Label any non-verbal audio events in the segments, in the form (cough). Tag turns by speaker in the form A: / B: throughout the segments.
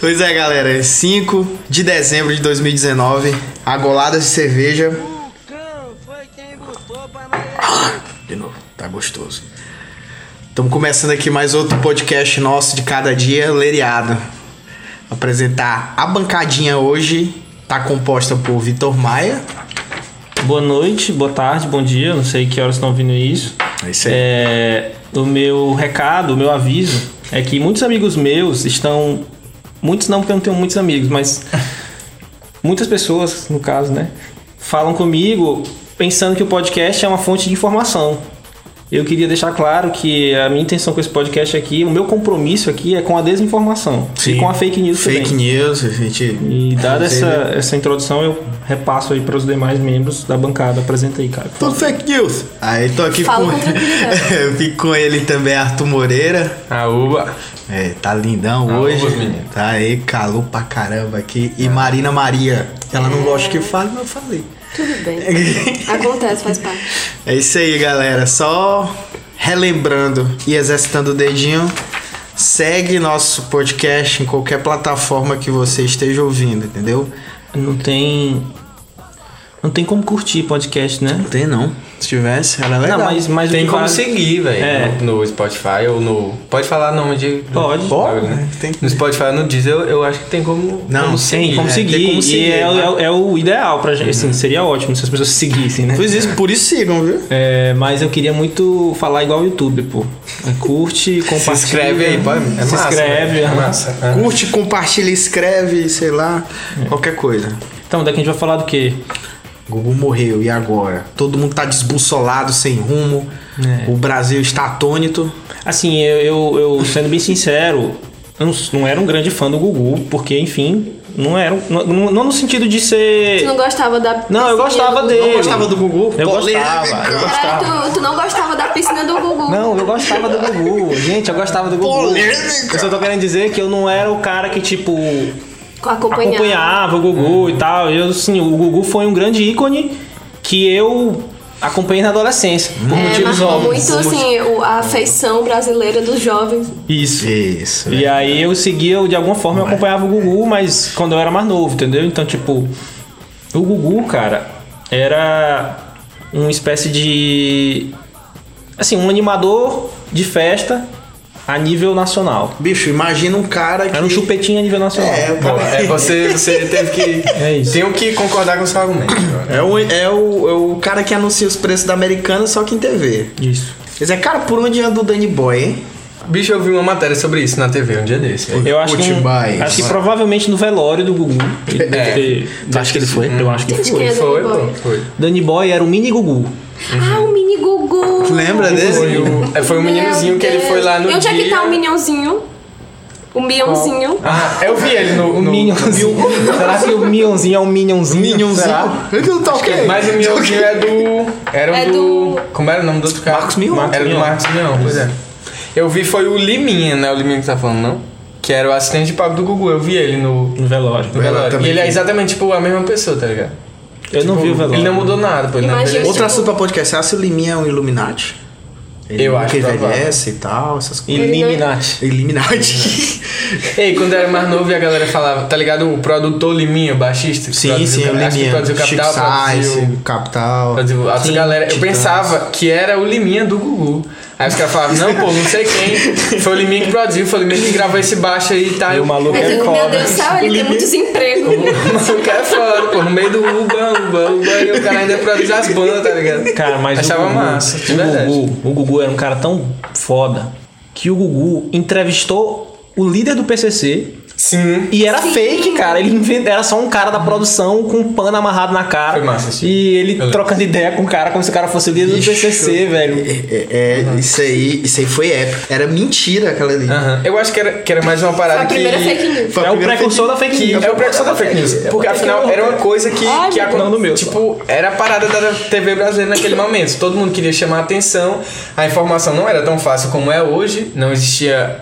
A: Pois é, galera. 5 de dezembro de 2019. A golada de cerveja. Ah, de novo, tá gostoso. Estamos começando aqui mais outro podcast nosso de cada dia, Leriado. Apresentar a bancadinha hoje. Tá composta por Vitor Maia.
B: Boa noite, boa tarde, bom dia. Não sei que horas estão ouvindo isso.
A: É isso aí.
B: É, o meu recado, o meu aviso é que muitos amigos meus estão. Muitos não, porque eu não tenho muitos
A: (laughs)
B: amigos, mas muitas pessoas, no caso, né? Falam comigo pensando que o podcast é uma fonte de informação. Eu queria deixar claro que a minha intenção com esse podcast aqui, o meu compromisso aqui é com a desinformação e
A: Sim.
B: com a fake news
A: Fake
B: também.
A: news, a gente.
B: E dada essa,
A: Entendeu?
B: essa introdução, eu repasso aí para os demais membros da bancada. Apresenta aí, cara.
A: Tudo fake news. Aí tô aqui
C: Fala
A: com.
C: com tranquilidade.
A: (laughs) Eu fico com ele também, Arthur Moreira.
D: A uva.
A: É, tá lindão
D: Ah,
A: hoje.
D: os meninos.
A: Tá aí, calor pra caramba aqui. E Marina Maria. Ela
C: É.
A: não gosta que fale, mas eu falei. (laughs)
C: Tudo bem.
B: (laughs)
C: Acontece, faz parte.
A: É isso aí, galera. Só relembrando e exercitando o dedinho. Segue nosso podcast em qualquer plataforma que você esteja ouvindo, entendeu?
B: Não tem. Não tem como curtir podcast, né?
A: Não tem não. Se tivesse, era legal.
B: Não, mas, mas o
D: Tem
B: que
D: como
B: vale-
D: seguir, velho.
B: É.
D: No, no Spotify ou no. Pode falar nome de. do-
B: Pode.
D: do
A: Pode,
D: bagulho,
A: né? Tem que-
D: No Spotify, no Deezer, eu, eu acho que tem como.
A: Não, tem
D: como
B: Tem
D: seguir.
B: como
A: é,
B: seguir.
A: tem como
B: E
A: seguir,
B: é, o-
A: né?
B: é o- é o ideal pra gente. Assim, seria ótimo se as pessoas seguissem, né?
A: Pois é. isso, por isso sigam, viu?
B: É, mas eu queria muito falar igual o YouTube, pô. É, Curte,
D: Se
B: compartilha.
D: inscreve aí, pode. É
B: né? se
D: massa,
B: inscreve.
D: velho. É
B: aham.
D: massa. É.
A: Curte, compartilha, escreve, sei lá, qualquer coisa.
B: Então, daqui a gente vai falar do quê?
A: Gugu morreu, e agora? Todo mundo tá desbussolado, sem rumo.
B: É.
A: O Brasil está atônito.
B: Assim, eu, eu, eu, sendo bem sincero, eu não, não era um grande fã do Gugu, porque, enfim, não era. um- Não, não- não no sentido de
C: Tu
B: ser.
C: não gostava da
B: Não, eu
C: piscina
B: gostava
C: do-
B: dele.
A: Não gostava do Gugu?
B: Eu
A: Polêmica.
B: gostava, eu
C: Peraí,
B: gostava.
C: tu, tu não gostava da piscina do Gugu.
B: Não, eu gostava do Gugu. Gente, eu gostava do Gugu.
A: Polêmica.
B: Eu só tô querendo dizer que eu não era o cara que, tipo,
C: Acompanhava.
B: acompanhava o Gugu e tal. Eu, assim, o Gugu foi um grande ícone que eu acompanhei na adolescência, por
C: É,
B: motivos
C: marcou
B: óbvios.
C: muito assim o- a afeição brasileira dos jovens.
D: Uhum.
B: Isso.
A: Isso. né?
B: E aí eu seguia, eu, de alguma forma eu acompanhava o Gugu, mas quando eu era mais novo, entendeu? Então, tipo, o Gugu, cara, era uma espécie de. Assim, um animador de festa a nível nacional.
A: Bicho, imagina um cara que.
B: Era um chupetinho a nível nacional.
A: É, o
D: Bom,
A: cara-
D: é você, você teve que.
B: É isso.
D: Tenho que concordar com o seu argumento.
A: é o, é, o, é o cara que anuncia os preços da Americana, só que em TV.
B: Isso.
A: Quer dizer, cara, por onde anda o Danny Boy, hein?
D: Bicho, eu vi uma matéria sobre isso na TV um dia desse. velho.
B: Eu acho que, um-
A: Putibais.
B: acho que provavelmente no velório do Gugu. Ele deve ter-
A: Tu acha que ele foi?
B: Eu acho que
C: Gente,
B: foi.
C: quem é
D: Foi,
C: Danny Boy?
D: pô, foi.
B: Danny Boy era um mini Gugu.
C: Ah, o mini Gugu.
A: Lembra
D: Foi
A: dele?
D: o, é, foi o
C: Meu
D: meninozinho que ele
C: Deus.
D: foi lá no.
C: E onde é que
D: dia-
C: tá o minionzinho? O mionzinho?
D: Ah, eu vi ele no.
B: O
D: no
B: Minionzinho. Um (laughs) Será que o Minionzinho é um Minionzinho? Será?
A: Ele não tá ok.
D: Mas o Mionzinho é do. Era
C: É
D: o do,
C: do-
D: Como era o nome do outro cara?
A: Marcos Mion.
D: Era do
B: Mion.
D: Marcos Mion, pois é. Eu vi foi o Liminha, né? O Liminha que tá falando, não? Que era o assistente de palco do Gugu. Eu vi ele no.
B: No velório.
D: no velório.
A: também
D: E ele é
A: vi.
D: exatamente tipo a mesma pessoa, tá ligado? Tipo,
B: Eu não vi o velório.
D: Ele não mudou nada, pô. Ele não
C: Imagina.
D: envelheceu.
A: Outro assunto pra podcast. Será se o Liminha é um Illuminati? Ele
D: tipo- Eu
A: nunca
D: acho que
A: envelhece e tal, essas coisas.
B: Eliminati.
A: Illuminati.
D: Ei, quando eu era mais novo e a galera falava, tá ligado? O produtor Liminha, o baixista. que
A: Sim,
D: produziu-
A: sim, o
D: Acho que
A: Liminha.
D: produziu o
A: Chico
D: Capital,
A: Sainz,
D: produziu.
A: o Capital.
D: Produziu a
B: Sim,
D: Então, tipo,
B: Então,
D: galera. Eu
B: Titãs.
D: pensava que era o Liminha do Gugu. Aí os caras falavam, não, pô, não sei quem. Foi o Liminha que produziu, foi o Liminha que gravou esse baixo aí e tá.
B: E o maluco
C: Mas,
B: é
C: meu
B: cobra.
C: Deus do céu, ele tem muitos empregos.
D: Mas (laughs) o cara é foda, pô, no meio do Uba, Uba, Uba, e o cara ainda produz as bandas, tá ligado?
B: Cara, mas
D: Achava
B: o Gugu,
D: massa, de verdade.
B: o, Gugu, o Gugu era um cara tão foda que o Gugu entrevistou o líder do PCC
D: Sim.
B: E era fake, cara. Ele invent- era só um cara da produção com um pano amarrado na cara.
D: Foi massa, sim.
B: E ele
D: Eu lembro.
B: trocando ideia com o cara como se o cara fosse o líder do
A: Bicho.
B: PCC, velho.
A: É, é,
D: Uhum.
A: isso aí, isso aí foi épico. Era mentira aquela ali.
D: Aham. Eu acho que era, que era mais uma
C: Foi a
D: parada que.
C: primeira fake news.
A: Foi a
B: É o
A: primeira
B: precursor da fake
D: que
B: news.
D: é o precursor da fake news. Porque afinal era uma coisa que,
C: Ah,
B: Ai,
D: que
B: meu Deus. Não, no meu,
D: Tipo, era a parada da TV brasileira naquele momento. Todo mundo queria chamar a atenção. A informação não era tão fácil como é hoje. Não existia.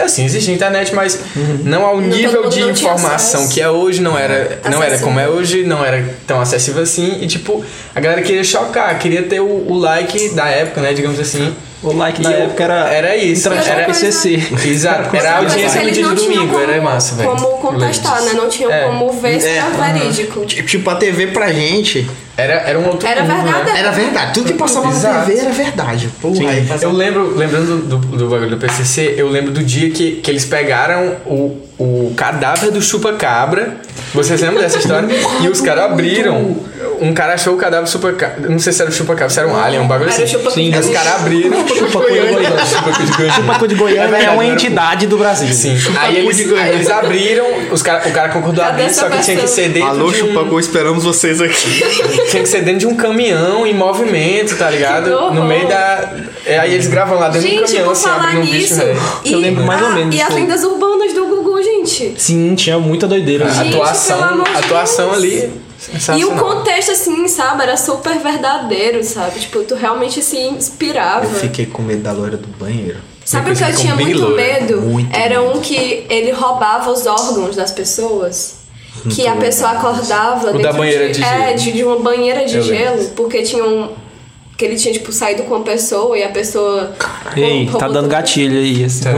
D: Assim, existia internet, mas
B: Uhum.
D: não ao nível
C: Então todo
D: de
C: mundo tinha
D: informação
C: acesso.
D: que é hoje, não era, não era
C: Acessível.
D: como é hoje, não era tão acessível assim. E tipo, a galera queria chocar, queria ter o, o like da época, né? Digamos assim.
B: O like É na
D: E eu-
B: época era.
D: era isso, né?
B: interativo
C: era-
B: com CC.
D: Exato, era a
C: é Mas é
D: audiência do
C: eles
D: dia de
C: não tinham
D: domingo,
C: como-
D: era massa, velho.
C: Como contestar, né? Não tinham
D: É.
C: como ver se
A: É,
C: era
A: aham.
C: verídico.
A: Ti- Tipo, a TV pra gente
D: Era, era um outro
C: Era
D: mundo, né?
C: verdade.
A: era verdade. Tudo que passava na
D: Exato.
A: TV era verdade. Porra,
B: Sim.
A: aí passava-
D: Eu lembro, lembrando do, do bagulho do PCC, eu lembro do dia que, que eles pegaram o, o cadáver do chupa-cabra. Vocês lembram dessa história? e os caras abriram. Um cara achou o cadáver do chupa-cabra. Não sei se era o chupa-cabra, se era um alien, um bagulho
C: Era
D: assim.
C: o chupa-
D: Sim, os caras abriram.
B: Chupacu de Goiânia.
D: Chupa-cu de Goiânia.
B: Paco de
D: É
B: Goiânia é,
D: verdade,
B: uma
D: era-
B: entidade do Brasil.
D: Sim. Aí eles, aí eles abriram, os cara, o cara concordou a
C: Cadê
D: abrir,
C: essa
D: só que tinha que
C: pessoa?
D: ser dentro
A: Alô,
D: de um,
A: Chupacu, esperamos vocês aqui.
D: Tinha que ser dentro de um caminhão em movimento, tá
C: Que
D: ligado?
C: horror.
D: No meio da. é, Aí eles gravam lá dentro do
C: Gente,
D: caminhão,
C: por
D: assim,
C: falar
D: abrindo um bicho,
C: nisso.
D: velho.
C: e
B: Eu lembro mais ou
C: a-
B: menos
C: E as
B: isso aí.
C: lendas urbanas do Gugu, gente.
B: Sim, tinha muita doideira. né?
D: A
C: Gente,
D: atuação,
C: pelo amor de
D: a atuação
C: Deus.
D: ali.
C: E
D: sensacional.
C: o contexto, assim, sabe? Era super verdadeiro, sabe? Tipo, tu realmente se inspirava.
A: Eu fiquei com medo da loira do banheiro.
C: Sabe o
D: Depois
C: que eu
D: ficou
C: tinha
D: bem
C: muito
D: loira.
C: medo?
A: Muito
C: Era
A: medo.
C: um que ele roubava os órgãos das pessoas. Que
A: tô
C: a pessoa
A: lembrado
C: acordava dentro
D: da banheira de
C: é,
D: gelo.
C: de, de uma banheira de
D: Eu
C: gelo,
D: lembro.
C: porque tinha um. Que ele tinha, tipo, saído com a pessoa e a pessoa.
B: Ei,
C: roubou
B: tá
C: tudo.
B: dando gatilho aí, assim.
D: Tá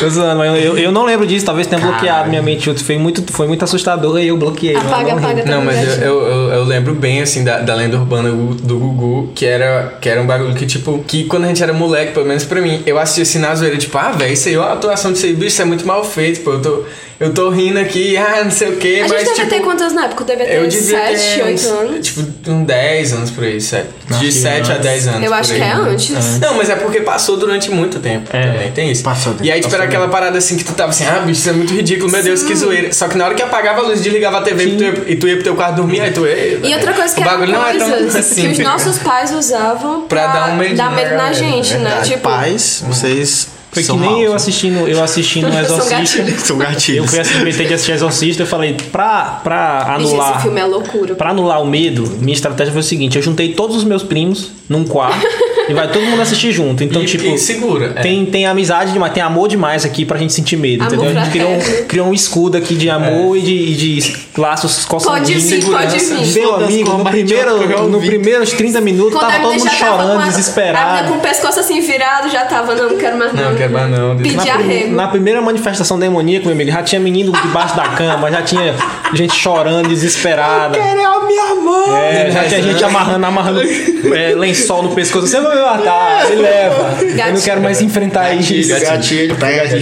B: Tô zoando, mas eu, eu não lembro disso, talvez tenha bloqueado minha mente. Foi muito, foi muito assustador e eu bloqueei.
C: Apaga,
B: Não, não-
C: apaga, tá
D: Não,
C: dando
D: mas
C: gatilho.
D: eu, eu, eu- eu lembro bem, assim, da, da lenda urbana do do Gugu, que era, que era um bagulho que, tipo, que quando a gente era moleque, pelo menos pra mim, eu assistia assim na zoeira, tipo, ah, velho, isso aí, ó, a atuação desse bicho, isso é muito mal feito, pô, eu tô, eu tô rindo aqui, (laughs) ah, não sei o quê,
C: A gente
D: mas,
C: devia
D: tipo...
C: ter quantas na época? Devia
D: Eu
C: ter
D: devia
C: 7,
D: ter
C: 8
D: uns,
C: anos.
D: Tipo, uns 10 anos por aí, sete.
B: Acho que
D: De 7 a
B: antes.
D: 10 anos.
C: Eu
D: por
C: acho
D: aí.
C: que é antes.
D: Não, mas é porque passou durante muito tempo
B: É.
D: também, tem isso.
A: Passou tempo,
D: E aí, tipo, era
A: passou
D: aquela parada assim que tu tava assim, ah, bicho, isso é muito ridículo, meu Deus, que zoeira. Só que na hora que apagava a luz, desligava a TV e tu, ia, e tu ia pro teu quarto dormir, aí tu ia.
C: E outra coisa que
D: o
C: eram
D: bagulho não é tão
C: coisas
D: assim,
C: que os
D: né?
C: nossos pais usavam
D: (laughs) Pra
C: pra,
D: dar um medinho
C: dar medo
D: na
C: na
D: galera,
C: gente, né?
A: Verdade.
C: Tipo,
A: Paz, vocês
B: Foi que
A: são
B: nem
A: maus.
B: eu assistindo, eu
C: (laughs)
B: assistindo o
C: São
B: Exorcista.
A: (laughs)
C: gatilhos.
A: São
B: Eu
A: gatilhos.
B: fui assim, assistir, inventei de assistir Exorcista, eu falei, pra, pra
C: "Bicho, esse
B: anular.
C: filme é loucura.
B: Pra anular o medo, minha estratégia foi o seguinte: eu juntei todos os meus primos num
C: (laughs)
B: quarto e vai todo mundo assistir junto. Então,
D: E-
B: tipo.
D: e segura. é.
B: Tem, tem amizade demais, tem amor demais aqui pra gente sentir medo,
C: Amor
B: entendeu? A gente criou um,
C: fraterno.
B: criou um escudo aqui de amor
A: É.
B: e, de, e de laços
C: Pode
B: coçadinhos.
C: vir, pode vir.
B: Meu
A: Todas
B: amigo,
A: como
B: no
A: a gente ouve.
B: primeiro, no primeiros 30 minutos
C: Quando
B: tava
C: a
B: todo
C: menina
B: mundo
C: já tava
B: chorando,
C: com a- A menina
B: desesperado.
C: com o pescoço assim virado já tava, não, não quero mais
D: Não, quero mais não.
B: Na,
C: Pedi
B: prim-
C: arrego.
B: na primeira manifestação demoníaca, meu amigo, já tinha menino debaixo da cama, já tinha gente chorando, desesperada.
A: Era a minha mãe.
B: É, já
A: né?
B: tinha gente amarrando, amarrando é, lençol no pescoço. Você vai me matar, me leva. Eu não
C: Gatilho.
B: quero mais enfrentar isso.
A: Gatilho, pega gatilho,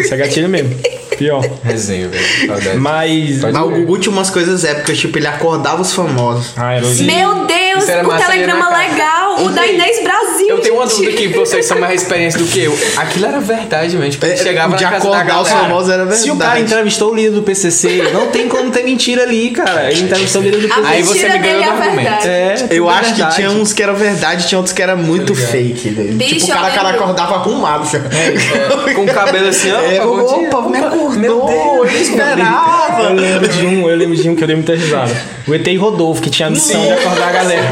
B: Isso é gatilho mesmo. Pior.
D: Resenha, velho. saudade.
B: Mas.
D: Pode-
A: Mas o Gugu tinha umas coisas épicas, tipo, ele acordava os famosos.
B: Ah, era horrível.
C: Meu Deus,
D: Isso era
C: o
D: massa,
C: telegrama
D: né, cara?
C: legal, o da
D: Ei,
C: Inês Brasil.
D: Eu tenho uma
C: gente.
D: dúvida que vocês são mais experientes do que eu. Aquilo era verdade, velho. Tipo,
A: É,
D: chegava
A: de
D: na casa da
A: acordar os
D: galera.
A: famosos era verdade.
B: Se o cara entrevistou o líder do PCC, não tem como ter mentira ali, cara. Ele entrevistou o líder do
C: A
B: PCC.
D: Aí você
C: mentira
D: me ganhou
C: dele é
D: no argumento.
C: verdade.
B: É,
A: Eu
B: tudo é
A: acho que
B: verdade.
A: tinha um uns que era verdade, tinha outros que era muito
D: ligado?
A: fake. né?
C: Bicho,
A: tipo, o cara,
C: eu
A: cara
C: lembro.
A: acordava arrumado. assim.
D: Com o cabelo assim, ó.
A: É,
D: bom dia.
A: opa, me
D: Meu
A: acordou,
D: Deus.
A: eu
B: Eu
A: esperava.
B: lembro de um, eu lembro de um que eu dei muita risada. O ET Rodolfo, que tinha a missão de acordar a galera.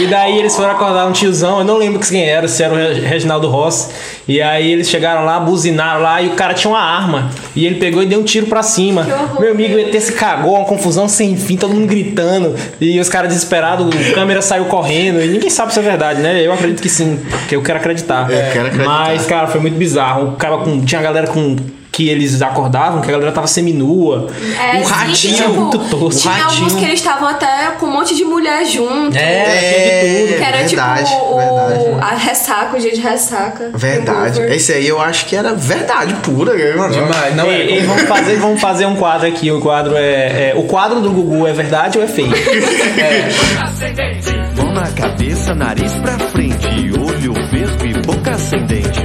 B: E daí eles foram acordar um tiozão, eu não lembro quem era, se era o Re- Reginaldo Rossi. E aí eles chegaram lá, buzinaram lá, e o cara tinha uma arma. E ele pegou e deu um tiro pra cima.
C: horror.
B: Meu amigo, o ET se cagou, uma confusão sem fim, todo mundo gritando. E os caras desesperados, o câmera saiu correndo. E ninguém sabe se é verdade, né? Eu acredito que sim, porque eu quero acreditar.
A: É, Eu quero acreditar.
B: Mas mas, cara, foi muito bizarro. O cara com. Tinha a galera com. Que eles acordavam, que a galera tava seminua.
C: É,
B: o
C: sim,
B: ratinho
C: tipo,
B: era muito tosco.
C: Tinha alguns que eles estavam até com um monte de mulher junto.
B: É,
C: Que era
A: verdade,
C: tipo o,
A: verdade.
C: a ressaca, o dia de ressaca. Um
A: Verdade.
C: Hangover.
A: Esse aí eu acho que era verdade pura. né, mano?
D: Demais, não
B: Ei, ei,
D: é.
B: vamos, fazer, vamos fazer um quadro aqui. O quadro é, é- O quadro do Gugu é verdade ou é feio?
E: Mão na cabeça, nariz pra frente, olho vesgo e boca ascendente.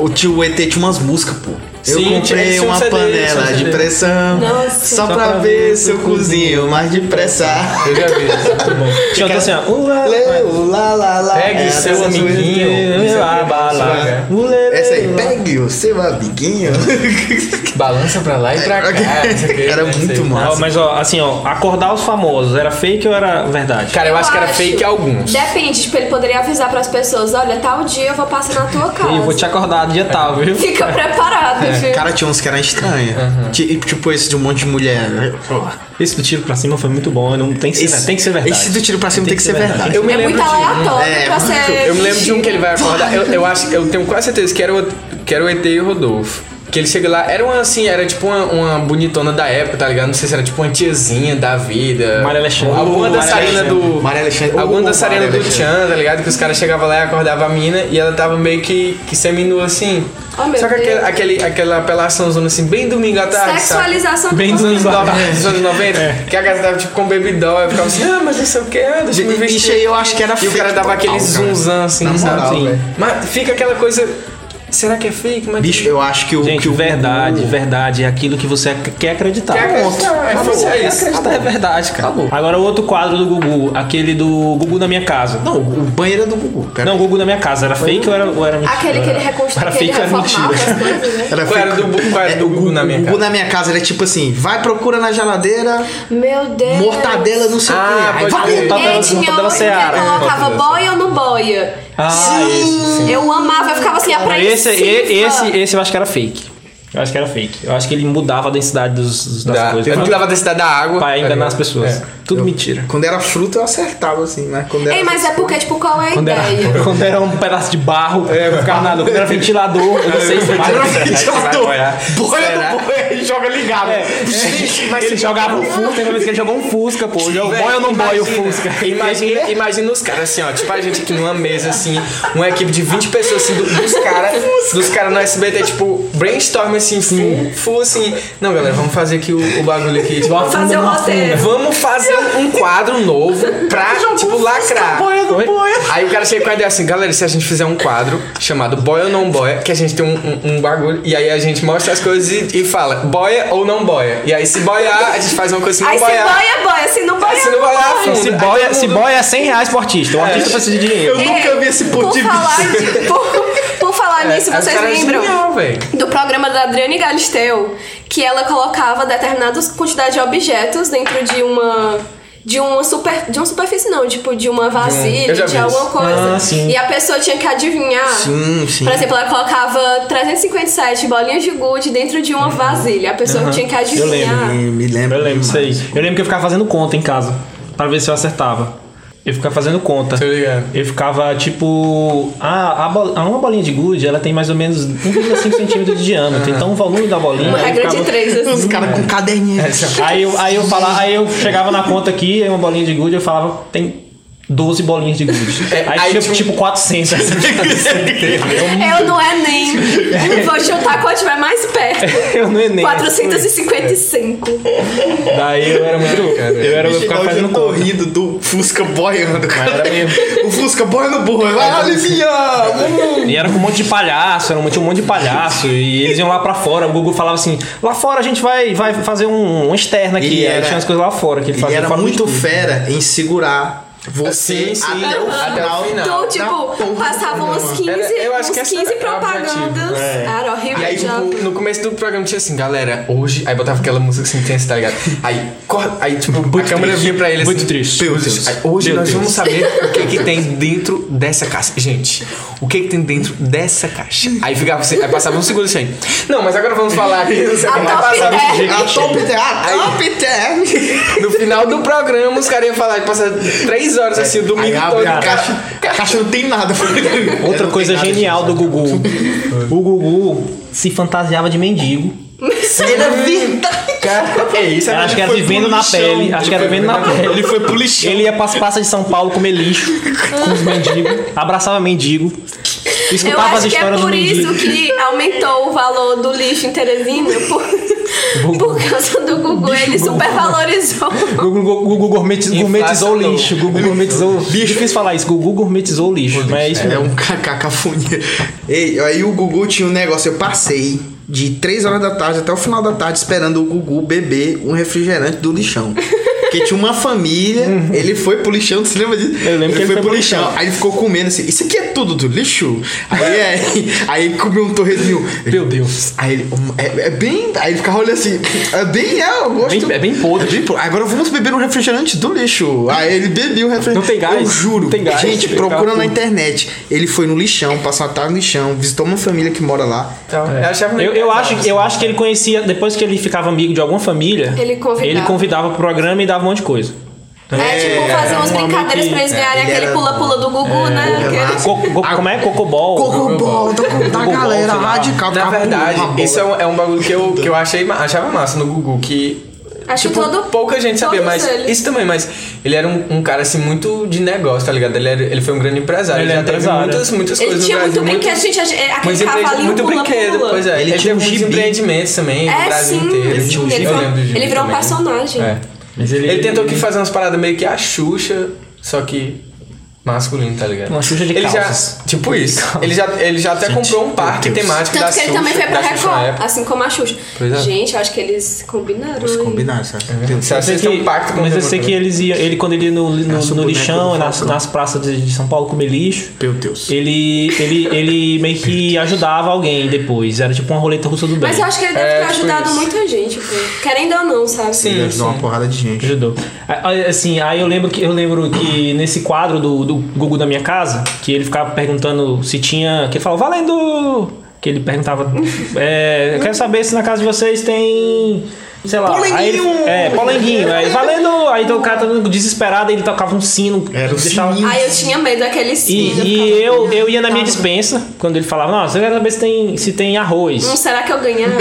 A: O tio ET tinha umas músicas, pô. Eu
D: Sim, tinha-
A: comprei
D: tinha um
A: uma
D: CD,
A: panela
D: tinha um
A: de
D: CD.
A: pressão
C: Nossa.
A: só, pra, ver se eu cozinho mais depressa.
D: (laughs) Eu já vi isso.
B: Tinha
A: (laughs)
B: outra assim, ó. Ula,
A: Leu, lá, lá, lá.
D: Pegue
A: É,
D: seu
A: essas
D: amiguinho.
A: coisas.
B: ula, lá, lá, lá. Ula,
A: Essa isso aí. Pegue o seu (laughs) amiguinho.
D: Balança pra lá e
A: (laughs)
D: pra cá. não sei o quê,
A: Era
D: né,
A: é muito
D: sei.
A: massa.
B: Não, mas ó, assim, ó, acordar os famosos, era fake ou era verdade?
D: Cara, eu acho que era fake alguns.
C: Depende, tipo, ele poderia avisar pras pessoas: olha, tal dia eu vou passar na tua casa.
D: (laughs)
B: Ei, eu vou te acordar dia tal, viu?
C: (laughs) Fica preparado,
D: É,
C: viu?
A: Cara, tinha uns que eram estranhos. Ti- Tipo esse de um monte de mulher.
B: Esse do tiro pra cima foi muito bom, não tem que ser,
A: Esse-
B: tem que ser verdade.
A: esse do tiro pra cima tem que ser verdade.
D: Eu me
C: é
D: lembro
C: muito
D: de um.
C: aleatório
A: É,
C: pra ser.
D: Eu me lembro de um que ele vai acordar. Eu, eu acho, eu tenho quase certeza que era o, que era o ET e o Rodolfo. Que ele chega lá, era uma assim, era tipo uma, uma bonitona da época, tá ligado? Não sei se era tipo uma tiazinha da vida.
B: Maria Alexandre.
D: Alguma
B: Ô,
D: dançarina
B: Maria
D: do.
A: Maria Alexandre.
D: Alguma
A: Ô,
D: dançarina
A: Maria
D: do
A: Alexandre.
D: Tchan, tá ligado? Que os caras chegavam lá e acordavam a mina e ela tava meio que, que seminua assim.
C: Oh, meu
D: Só que aquele,
C: Deus.
D: aquele, aquela apelaçãozona assim, bem domingo à tarde. sabe?
C: Sexualização
B: Bem
C: do
B: dos anos
D: Dos
B: lá.
D: 90, dos anos 90,
B: É.
D: que a galera tava tipo com baby doll, eu ficava assim, ah, mas não sei o que, ah, deixa eu me vestir.
A: Bicho aí eu acho que era
D: E o
A: fake
D: cara dava
A: total,
D: aquele
A: cara.
D: zoomzão assim,
A: Na
D: sabe?
A: moral,
D: Sim.
A: velho.
D: Mas fica aquela coisa. Será que é fake? Mas
A: Bicho, eu acho que o.
B: Gente,
A: que o
B: verdade, verdade, é aquilo que você ac- quer acreditar.
A: um
D: Quer acreditar,
B: Ponto.
D: é
B: Acabou.
D: isso, é
B: Quer
D: isso.
B: acreditar, é verdade, cara.
A: Acabou.
B: Agora outro quadro do Gugu, aquele do Gugu na minha casa.
A: Não, o banheiro é do Gugu. Pera.
B: Não, o Gugu na minha casa, era fake ou era, ou era mentira?
C: Aquele que ele reconstruiu,
B: Era
C: que ele
B: fake ou era
C: reformava as
B: mentira?
C: coisas, né?
A: (laughs) Era
D: Qual era
A: fake.
D: do Bu- qual era
A: É,
D: do
A: o
D: Gugu na minha
A: O Gugu
D: casa?
A: na minha casa era tipo assim: vai, procura na geladeira,
C: Meu Deus.
A: mortadela, não sei o
D: Ah,
A: quê. Aí vai,
D: pode crer.
B: Mortadela-
C: É, tinha
B: mortadela
C: outro que
B: Seara.
D: Mortadela
C: colocava
D: Seara.
C: boia ou não boia.
B: (laughs) Ah, esse, sim.
C: Eu amava, eu ficava assim,
B: Esse,
C: apreensiva.
B: e- esse, esse eu acho que era fake. Eu acho que era fake. Eu acho que ele mudava a densidade dos, dos- das
D: Da,
B: coisas.
D: eu não
B: pra-
D: dava densidade da água.
B: Pra enganar as
D: É.
B: pessoas. Tudo mentira.
A: Quando era fruta eu acertava assim, mas quando era.
C: Ei, mas é porque, tipo, qual é a
B: Quando era, (laughs)
C: ideia?
B: quando era um pedaço de barro, é, eu ficava na dúvida. Quando era ventilador, eu não sei se mais.
A: Era
B: Aí você vai
A: ventilador.
B: olhar.
A: Boia
B: Será?
C: (laughs)
A: do boia, ele joga ligado. Ixi, mas
B: Ele jogava um Fusca, teve uma vez que ele jogou um Fusca, pô. Eu
D: Véi,
B: boio ou não boio o
D: imagina,
B: Fusca?
D: (laughs) Imagina, imagina os caras assim, ó. Tipo a gente aqui numa mesa, assim, uma equipe de 20 pessoas, assim, do- dos caras. Dos caras no SBT, tipo, brainstorm assim, full, full assim. Não, galera, vamos fazer aqui o, o bagulho aqui. Tipo,
C: Fazer o roteiro.
D: vamos fazer um quadro novo
C: (laughs)
D: pra, tipo, lacrar.
B: Boia do boia.
D: Aí o cara chega com a ideia assim, galera, se a gente fizer um quadro chamado Boia ou Não Boia, que a gente tem um, um- um bagulho, e aí a gente mostra as coisas e, e fala, boia ou não boia. E aí se boiar, a gente faz uma coisa, se não
C: Aí se
D: boiar...
C: boia, boia. Se não é boia,
D: se não boiar, afunda.
B: Assim, Se boia, se boia é 100 reais pro artista. O artista precisa de dinheiro.
A: Eu nunca vi esse ponto
C: É, por
A: de
C: falar
A: vista.
C: de- por, por falar nisso,
D: Aí os
C: vocês
D: caras é
C: lembram?
D: genial, velho.
C: do programa da Adriane Galisteu, que ela colocava determinadas quantidade de objetos dentro de uma de uma super de uma superfície não, tipo de uma vasilha,
D: eu já
C: de,
D: vi
C: alguma
D: isso.
C: coisa.
B: Ah, sim.
C: E a pessoa tinha que adivinhar.
A: Sim, sim.
C: Por exemplo, ela colocava 357 bolinhas de gude dentro de
D: Uhum.
C: uma vasilha. A pessoa tinha que adivinhar.
A: Me, me lembro.
B: Eu lembro disso aí.
A: demais.
B: Eu lembro que eu ficava fazendo conta em casa, pra ver se eu acertava. Eu ficava fazendo conta.
D: Tô Tá ligado.
B: Eu ficava tipo. Ah, a bol- ah, uma bolinha de gude ela tem mais ou menos 1,5 centímetros de diâmetro. Então o volume da bolinha.
D: Uhum.
C: Uma
B: eu
C: regra de
B: ficava-
C: três,
A: Os
C: assim.
D: É.
A: caras com caderninho.
B: Aí eu, aí eu falava, aí eu chegava na conta aqui, aí uma bolinha de gude, eu falava, tem 12 bolinhas de gude.
D: É,
B: aí
D: aí
B: tinha
D: tinha um-
B: tipo 400.
C: Eu não é nem. Vou chutar quando estiver mais
D: É,
C: perto.
B: (laughs) eu não Enem.
C: 455.
B: Daí eu era muito.
D: Cara,
B: eu era eu
A: Bicho,
B: ficava
A: igual
B: fazendo
A: eu tô
B: conta.
A: rindo do Fusca boiando, cara.
B: era mesmo.
A: O Fusca boiando burro. Vai lá,
D: assim.
A: Livinha!
B: E era com um monte de palhaço, era um, tinha um monte de palhaço, e eles iam lá pra fora, o Gugu falava assim, lá fora a gente vai, vai fazer um, um externo aqui,
A: Ele
B: aí
A: era-
B: tinha umas coisas lá fora que ele
A: Ele
B: fazia.
A: era
B: fora do
A: muito
B: estúdio.
A: fera em segurar você
D: Sim, sim,
A: até o
D: até
A: final.
D: o final. né,
C: Então,
A: da porra
C: tipo,
A: do
C: passavam
A: programa.
C: uns 15,
D: Era- eu acho
C: uns
D: que essa
C: 15
D: era o
C: propagandas.
D: objetivo.
C: Era horrível.
D: E aí, tipo,
C: já.
D: no começo do programa tinha assim, galera, hoje. Aí botava aquela música assim intensa, tá ligado? Aí, corre, aí tipo, a câmera vinha pra ele assim.
B: Muito triste.
D: "Meu Deus, aí, hoje
B: Meu
D: nós
B: Deus."
D: vamos saber o que que tem dentro dessa caixa. Gente, o que que tem dentro dessa caixa? Aí ficava assim, aí passava um segundo assim. Não, mas agora vamos falar aqui. Não sei o que,
C: A
D: mas
C: top
D: passava
C: ten.
D: assim,
A: A top 10, a
D: Aí-
A: top 10.
C: é.
D: No final do programa, os caras iam falar, passava três horas assim, o
A: Aí
D: domingo todo.
A: abre a caixa. A caixa não tem nada.
B: Outra
A: um
B: coisa genial do Gugu. O Gugu se fantasiava de mendigo.
C: (laughs)
A: Era verdade.
D: Cara, é isso,
B: acho que era
A: foi pro
B: vivendo na
A: lixão.
B: pele. Acho que era
D: Ele foi
B: vivendo na
D: pro-
B: pele.
A: Ele foi pro lixão.
B: Ele ia pras praças de São Paulo comer lixo com os mendigos, abraçava mendigo,
C: eu
B: escutava as
C: acho que é
B: histórias do
C: por
B: mendigo.
C: isso que aumentou o valor do lixo em Teresina, por, por causa do Gugu. Ele supervalorizou.
B: Gugu, Gugu gourmetiz- gourmetizou
D: Inflacionou.
B: o lixo. Gugu gourmetizou o lixo. Difícil falar isso. Gugu gourmetizou o lixo. Mas é isso
A: É
B: mesmo.
A: um ca- cacafonia. Ei, aí o Gugu tinha um negócio, eu passei de 3 horas da tarde até o final da tarde esperando o Gugu beber um refrigerante do lixão. Porque tinha uma família, ele foi pro lixão, você lembra disso?
B: Uhum. Eu lembro que ele foi pro lixão.
A: Aí ele ficou comendo assim, isso aqui é tudo do lixo? Aí, aí, (laughs) aí ele comeu um torresminho.
B: Meu Deus.
A: Aí ele, "Hum, é, é bem. Aí ele ficava olhando assim, é bem, é, eu gosto.
B: bem- é bem podre.
A: É bem podre. Agora vamos beber um refrigerante do lixo. Aí ele bebeu o refrigerante.
B: Não tem gás?
A: Eu juro.
B: Não tem gás.
A: Gente,
B: Ele
A: procura
B: ficava
A: na
B: puto.
A: internet. Ele foi no lixão, passou a tarde no lixão, visitou uma família que mora lá.
D: Então, eu achava
B: Eu, eu, acho, eu acho que ele conhecia, depois que ele ficava amigo de alguma família,
C: Ele convidava.
B: ele convidava pro programa e dava um monte de coisa.
C: É, tipo, fazer umas
B: um amigo
C: brincadeiras
B: que-
C: pra eles ganharem
A: ele
C: aquele
A: era-
C: pula-pula do Gugu, né?
A: Gugu era
C: Que-
A: massa.
B: Co- co-
A: Ah,
B: como é? Cocobol.
A: Cocobol, tô com da
B: Cocobol,
A: galera
B: sei lá.
A: radical.
D: Na
A: ficava
D: verdade,
A: pulando a bola.
D: isso é um, é um bagulho que eu, que eu achei, ma- achava massa no Gugu, que.
C: Acho que
D: tipo,
C: todo-
D: pouca gente sabia,
C: todos
D: mas.
C: eles.
D: Isso também, mas ele era um, um cara assim muito de negócio, tá ligado? Ele, era- ele foi um grande empresário.
B: Ele
D: Ele,
B: é
D: já teve
B: empresário.
D: muitas, muitas
C: Ele
D: coisas
C: tinha
D: no
C: muito
D: Brasil.
C: brinquedo, gente. a gente- é, Aquele
D: muitos empreende-
C: cavalinho
D: muito brinquedo,
C: pula-pula.
D: pois é.
A: Ele
D: Ele,
A: tinha
D: teve
A: um
D: muitos
A: gibi.
D: empreendimentos também do
C: É,
D: Brasil
C: sim,
D: inteiro.
C: sim,
D: Eu
C: ele
D: lembro
C: virou-
D: do gibi
C: ele virou um
D: também.
C: personagem.
D: É.
B: Mas
D: Ele, tentou que fazer umas paradas meio que a Xuxa, só que masculino, tá ligado?
B: Uma Xuxa de
D: ele
B: calças.
D: Já, tipo isso. Ele já, ele já até comprou um parque
A: Deus.
D: temático da
C: Tanto que ele
D: Xuxa,
C: também foi pra
D: da Xuxa na
C: Record,
D: época.
C: assim como a Xuxa.
D: Pois é.
C: Gente, eu acho que eles combinaram.
A: Os
B: um-
C: hein?
A: combinados, sabe?
D: Você
B: Eu
D: acha
B: sei
D: que tem
B: que-
D: um pacto com
B: mas eu
D: o
B: sei que
D: demônio?
B: eles iam, ele quando ele ia no, no,
A: Nossa, o
B: no
A: boneco
B: lixão,
A: do
B: nas,
A: Falcão.
B: nas praças de, de São Paulo comer lixo,
A: Meu Deus.
B: ele, ele, ele meio que ajudava alguém depois. Era tipo uma roleta russa do bem.
C: Mas eu acho que ele deve
D: É,
C: ter
D: tipo
C: ajudado
D: isso.
C: muita gente, pô. Querendo ou não, sabe?
A: Ele
D: Sim,
A: ajudou uma porrada de gente.
B: Ajudou. A- a- Assim, aí eu lembro que eu lembro que nesse quadro do, do Gugu da minha casa, que ele ficava perguntando se tinha. Que ele falava, valendo! Que ele perguntava. (laughs) É, eu quero saber se na casa de vocês tem. Sei lá. Aí ele-
A: Polenguinho!
B: é, polenguinho. Aí valendo! Aí então o cara tava desesperado, ele tocava um sino.
A: Era o
B: deixava-
A: sininho.
C: Aí eu tinha medo daquele
B: E,
C: sim.
B: e
C: ficava,
B: eu, eu ia na minha
C: "Tá,
B: dispensa, quando ele falava, nossa, eu quero saber se tem, se tem arroz.
C: Hum, será que eu ganhava?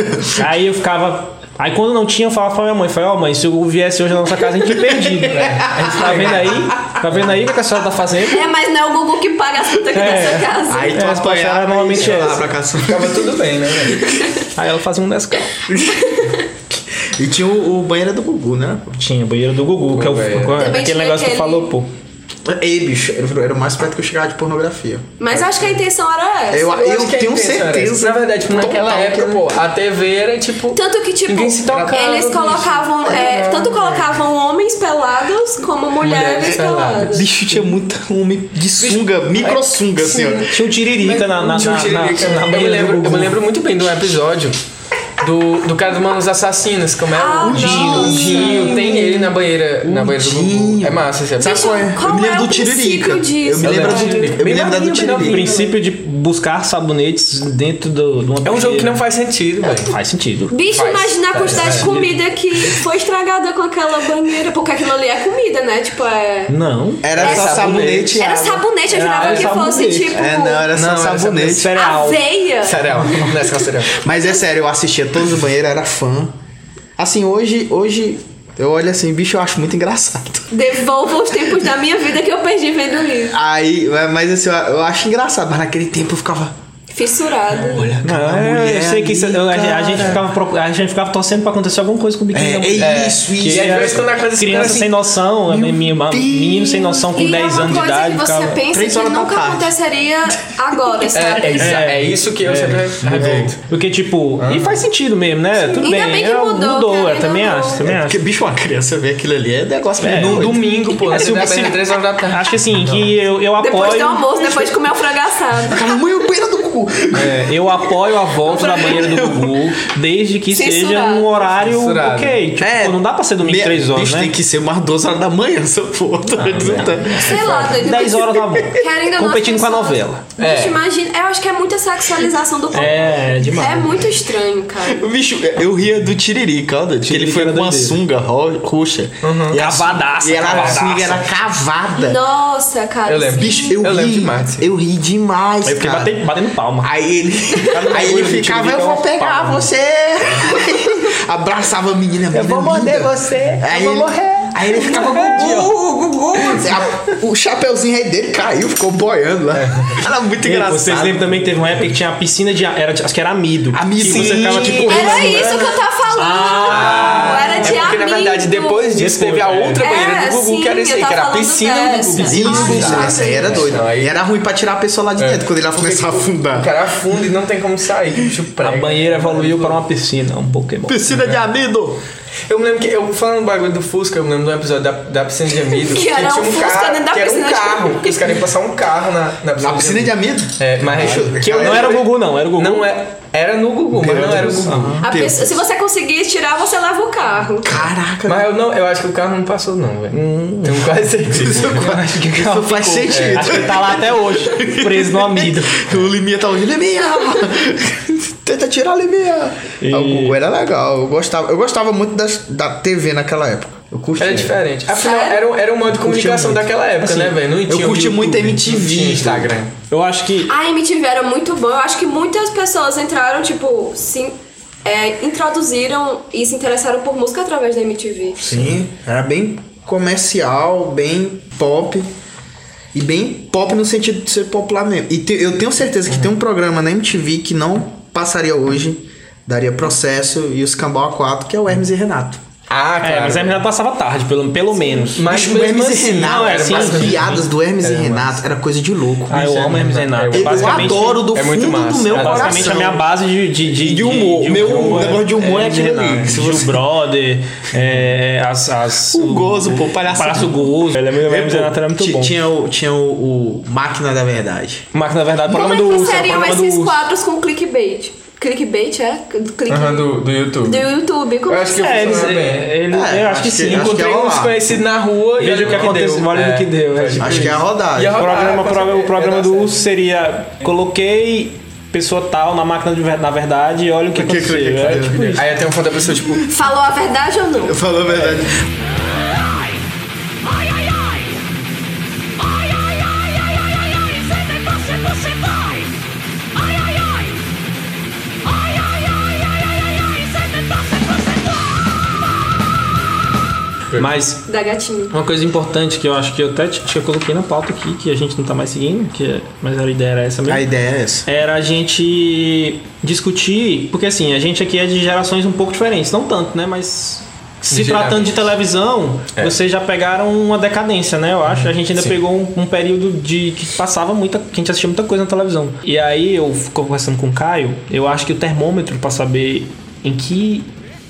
B: Aí eu ficava. Aí quando não tinha, eu falava pra minha mãe, falei, ó mãe, se eu viesse hoje na nossa casa, a gente tinha
D: (laughs)
B: perdido. A gente tá vendo aí, tá vendo aí o que a senhora tá fazendo?
C: é, mas não é o Gugu que paga as contas aqui
B: É.
C: nessa casa.
A: Aí tu
B: É,
A: apanhava
B: era normalmente
A: e ia lá
B: essa.
A: pra casa.
D: Ficava tudo bem, né? velho?
B: Aí ela fazia um Nescau.
A: E tinha o, o banheiro do Gugu, né? pô?
B: Tinha o banheiro do Gugu, que é o,
D: Também
B: aquele
C: tinha
B: negócio que tu
C: aquele-
B: falou, pô.
A: Ei, bicho, era, era o mais perto que eu chegava de pornografia.
C: Mas eu acho que a intenção era essa.
A: Eu, eu,
D: acho que a
A: tenho
D: intenção era essa.
A: certeza.
D: Na verdade, tipo, naquela
A: total
D: época,
A: que-
D: pô, a TV era tipo.
C: Tanto que, tipo,
D: Ninguém se tocava,
C: eles
D: bicho.
C: colocavam. é, tanto colocavam homens pelados como mulheres
D: Mulheres peladas.
C: peladas.
A: Bicho, tinha muita homem de sunga, micro sunga, assim, ó.
B: Tinha o Tiririca na, na,
D: Tinha um
B: na-
D: tiririca.
B: na- na
D: eu, me
B: banheira
D: lembro,
B: do
D: eu me
B: Gugu.
D: lembro muito bem de um episódio do, do cara do Manos Assassinos, como é
C: Ah,
D: o Dinho. O
C: nossa.
D: Dinho, tem ele na banheira, na banheira do Gugu.
A: Dinho.
D: É massa esse episódio.
C: Bicho,
A: Eu me
C: qual é
A: lembro
C: o
A: do Tiririca.
C: princípio
A: Eu
C: disso?
A: me lembro do
D: né?
A: Tiririca. Eu me
D: Bem
A: lembro da do
D: novinho, bem
B: O
A: Tiririca.
D: novinho.
B: princípio de buscar sabonetes dentro do, de uma
D: É um jogo que não
B: banheira.
D: faz sentido,
C: É.
D: velho.
B: faz sentido.
C: Bicho,
D: Faz,
C: imagina a
D: faz,
C: quantidade
D: faz.
C: de comida que foi estragada com aquela banheira. Porque aquilo ali é comida, né? Tipo, é.
B: Não.
A: Era só
D: Era
A: sabonete.
D: sabonete.
A: e
C: Era
A: água.
C: sabonete, eu
B: Era
C: jurava que fosse
B: sabonete.
C: tipo.
A: É, não, era só
D: Não, era
A: sabonete.
B: Cereal.
C: Aveia.
D: Cereal. Não é só cereal.
A: Mas é sério, eu assistia todos os banheiros, era fã. Assim, hoje, hoje, eu olho assim, bicho, eu acho muito engraçado.
C: Devolva os tempos da minha vida que eu perdi vendo isso.
A: Aí, mas assim, eu, eu acho engraçado, mas naquele tempo eu ficava.
C: Fissurada.
A: Olha,
B: Não,
A: cara,
B: é, eu
A: mulher
B: sei que isso-
A: ali,
B: eu- a, gente- a
A: cara.
B: gente ficava, procu- a gente ficava torcendo pra acontecer alguma coisa com o biquíni
A: É,
B: da mulher.
A: é isso,
B: que
A: isso.
D: E às
B: era
D: vezes quando acontece
B: criança sem noção,
A: Meu
B: menino,
A: Deus.
B: menino sem noção com
C: assim, E é
B: 10
C: uma
B: anos de
C: coisa
B: idade.
C: que você
B: ficava-
A: Três
C: pensa que
A: horas da
C: nunca
A: tarde.
C: aconteceria agora, sabe?
D: É, é, isso- é isso que eu sempre É revolto.
B: Porque, tipo, e faz sentido mesmo, né? Tudo
C: Ainda bem que
B: eu-
C: mudou,
B: mudou
C: cara,
B: eu também
C: ainda
B: acho,
C: não.
B: também acho.
A: É, Porque, bicho, uma criança vê aquilo ali é negócio
B: É.
A: mesmo.
D: No domingo, pô,
B: Assim,
D: assim,
B: assim,
D: assim, 3 horas da tarde.
B: Acho que assim, que eu, eu
C: Depois do
B: apoio.
C: almoço, depois de comer o frango assado.
A: Cara, mãe, o banheiro do cu.
C: um-
B: é, eu apoio a volta da banheira do Gugu, desde que seja
C: Censurado.
B: num horário
D: Censurado.
B: ok. Tipo, pô, não dá pra ser domingo
A: Me-
B: 3 horas,
A: bicho,
B: né? Ah,
A: tem que ser umas 12 horas da manhã, essa porra. Tá dizendo?
C: Sei lá, doido.
B: 10 horas tá bom.
C: Querendo ou não,
B: Competindo
C: as
B: com a
C: pessoas-
B: novela.
C: Bicho,
D: É.
C: imagina. Eu acho que é muita sexualização do corpo.
B: É, demais.
C: É muito estranho, cara.
A: Bicho, eu ria do Tiririca, ó, doido, que ele
B: Tiririca
A: foi com
B: era
A: uma
B: doideira.
A: sunga ro- roxa. E a
B: Cavadaça,
A: E era a
B: cavadaça.
A: sunga era cavada.
C: Nossa, cara.
D: É. Eu lembro.
C: sim.
A: Bicho, eu,
D: Eu
A: ri.
D: lembro demais.
A: Eu ri demais,
B: Aí eu fiquei
A: cara.
B: batendo, batendo palma.
A: Aí (laughs) ele, aí
B: bagulho
A: ele um ficava,
B: do Tiririca
A: eu
B: é
A: vou
B: uma
A: pegar
B: palma."
A: você. (laughs) Abraçava a menina, a menina
B: vou morder
A: linda.
B: você,
A: Aí
B: eu vou
A: ele,
B: morrer.
A: Aí ele (laughs) ficava gugu, gugu. A- O chapeuzinho aí dele caiu, ficou boiando lá. Era muito
B: Ei,
A: engraçado.
B: Vocês lembram também que teve uma época que tinha a piscina de. Era, acho que era amido.
A: Amido,
B: Que você
A: sim.
B: ficava tipo.
C: Era isso que eu tava falando. era de
D: é porque, na
C: amigo.
D: verdade, depois disso
B: Depois,
D: teve a
B: é.
D: outra banheira
C: É,
D: do Gugu, que era
C: sim,
D: isso
C: eu
D: aí, que
C: tava
D: era a
C: falando
D: piscina do
C: dessa.
D: Gugu.
A: Isso,
C: Ai,
A: isso,
C: ai,
A: essa aí era doida.
D: Não, aí-
A: E era ruim pra tirar a pessoa lá de dentro quando ele ia começar a
D: O
A: afundar.
D: cara afunda e não tem como sair, que bicho
B: A
D: prega.
B: banheira evoluiu para uma piscina, um Pokémon.
A: É. Piscina de amido!
D: Eu me lembro que, eu falando do bagulho do Fusca, eu me lembro de um episódio da, da piscina de
C: (laughs)
D: amido.
C: Que era um Fusca
D: carro,
C: dentro da
D: que era
C: piscina
D: um
C: de
D: carro.
C: amido.
D: Que os caras iam passar um carro na, na piscina,
A: Na piscina de amido?
D: É, mas
B: Que eu não era o Gugu, não, era o Gugu.
D: Não é, era no Gugu, mas não era o Gugu.
C: A pessoa- se você conseguir tirar, você leva o carro.
A: Caraca, (laughs)
D: Mas eu não, eu acho que o carro não passou não, velho. Tenho quase certeza.
A: isso faz sentido.
B: Acho que ele tá lá até hoje, preso no amido.
A: (laughs) O Liminha tá ouvindo, Liminha! Tenta tirar o Liminha!
B: E-
A: Ah, O Gugu era legal, eu gostava, eu gostava muito das- da TV naquela época. Eu curtia.
D: Era diferente. Afinal,
C: Sério?
D: era, um- era um modo de comunicação
B: É. muito.
D: daquela época,
B: Assim,
D: né, velho? Não tinha
A: eu curti
D: YouTube,
A: muito
D: Não
A: MTV,
D: tinha Instagram.
B: Eu acho que
C: A MTV era muito bom. Eu acho que muitas pessoas entraram, tipo, sim, é, introduziram e se interessaram por música através da MTV.
A: Sim, era bem comercial, bem pop. E bem pop no sentido de ser popular mesmo. E te- eu tenho certeza que tem um programa na MTV que não passaria hoje, daria processo e os Cambau A4, que é o Hermes e Renato.
D: Ah,
B: É,
D: cara.
B: mas a menina passava tarde, pelo, pelo menos.
D: Mas
A: Bicho, o
D: mesmo
A: Hermes
D: assim,
A: e Renato,
D: não, era
B: assim,
A: as
D: massa.
A: piadas do Hermes
D: Era
A: e Renato era coisa de louco.
B: Ah, eu amo Hermes e Renato.
D: Eu
A: eu
B: Basicamente-
A: adoro do
D: é muito
A: fundo do
D: massa.
A: meu
D: É
A: coração.
B: Basicamente a minha base de, de, de,
A: De humor. Meu negócio de humor é
B: Hermes e
A: aquilo ali.
B: Renato.
A: Se
B: Gil
A: você-
B: Brother, é, as, as-
A: O gozo, pô, palhaço-
B: Palhaço Gozo. Ele é meu Hermes e
A: Pô,
B: Renato era muito
A: ti-
B: bom.
A: Tinha o, tinha o, o Máquina da Verdade.
B: Mas, na verdade, o
C: Como
B: programa
C: é
B: do
C: que
B: Urso. é o
C: seriam
B: programa do
C: esses
B: Urso.
C: quadros com clickbait? Clickbait, é? Click...
D: Aham, do, do YouTube.
C: Do YouTube. Como
D: Eu acho que
B: É, eles,
D: funcionava
B: é,
D: bem.
B: ele-
A: É,
B: eu acho que sim.
A: acho que
D: Encontrei
A: ia
D: um
A: rolar.
D: desconhecido na rua e
B: Veja o que
D: olha
B: aconteceu,
D: deu.
B: olha o que deu, é.
D: pode
A: Acho
D: crer.
A: que é a rodada.
D: Ia
B: O
D: rolar,
B: programa,
D: com
B: pro- o
D: certeza,
B: programa
D: ia dar
B: do
D: certo.
B: Urso seria... Coloquei pessoa tal na máquina de ver- na verdade e olha o que
A: que-
B: aconteceu.
A: que- que-
B: É,
A: que-
B: tipo isso.
D: Aí até um foto da pessoa, tipo,
C: Falou a verdade ou não?
A: Falou a verdade.
F: Ai, ai, ai! Ai, ai, ai, ai, ai, ai, ai! Sempre você, você vai! Ai, ai, ai! Ai, ai, ai, ai, ai, ai, ai! Sempre você, você vai!
B: Mas
C: Da gatinha.
B: Uma coisa importante que eu acho que eu até acho que eu coloquei na pauta aqui, que a gente não tá mais seguindo, que é- mas a ideia era essa mesmo.
A: A ideia é essa.
B: Era a gente discutir, porque assim, a gente aqui é de gerações um pouco diferentes, não tanto, né? Mas se
D: Ligeiramente.
B: tratando de televisão,
D: É. Uhum.
B: vocês já pegaram uma decadência, né? Eu acho. A gente ainda pegou um, um período de que passava muita. que a gente assistia muita coisa na televisão. E aí eu fico conversando com o Caio, eu acho que o termômetro pra saber em que.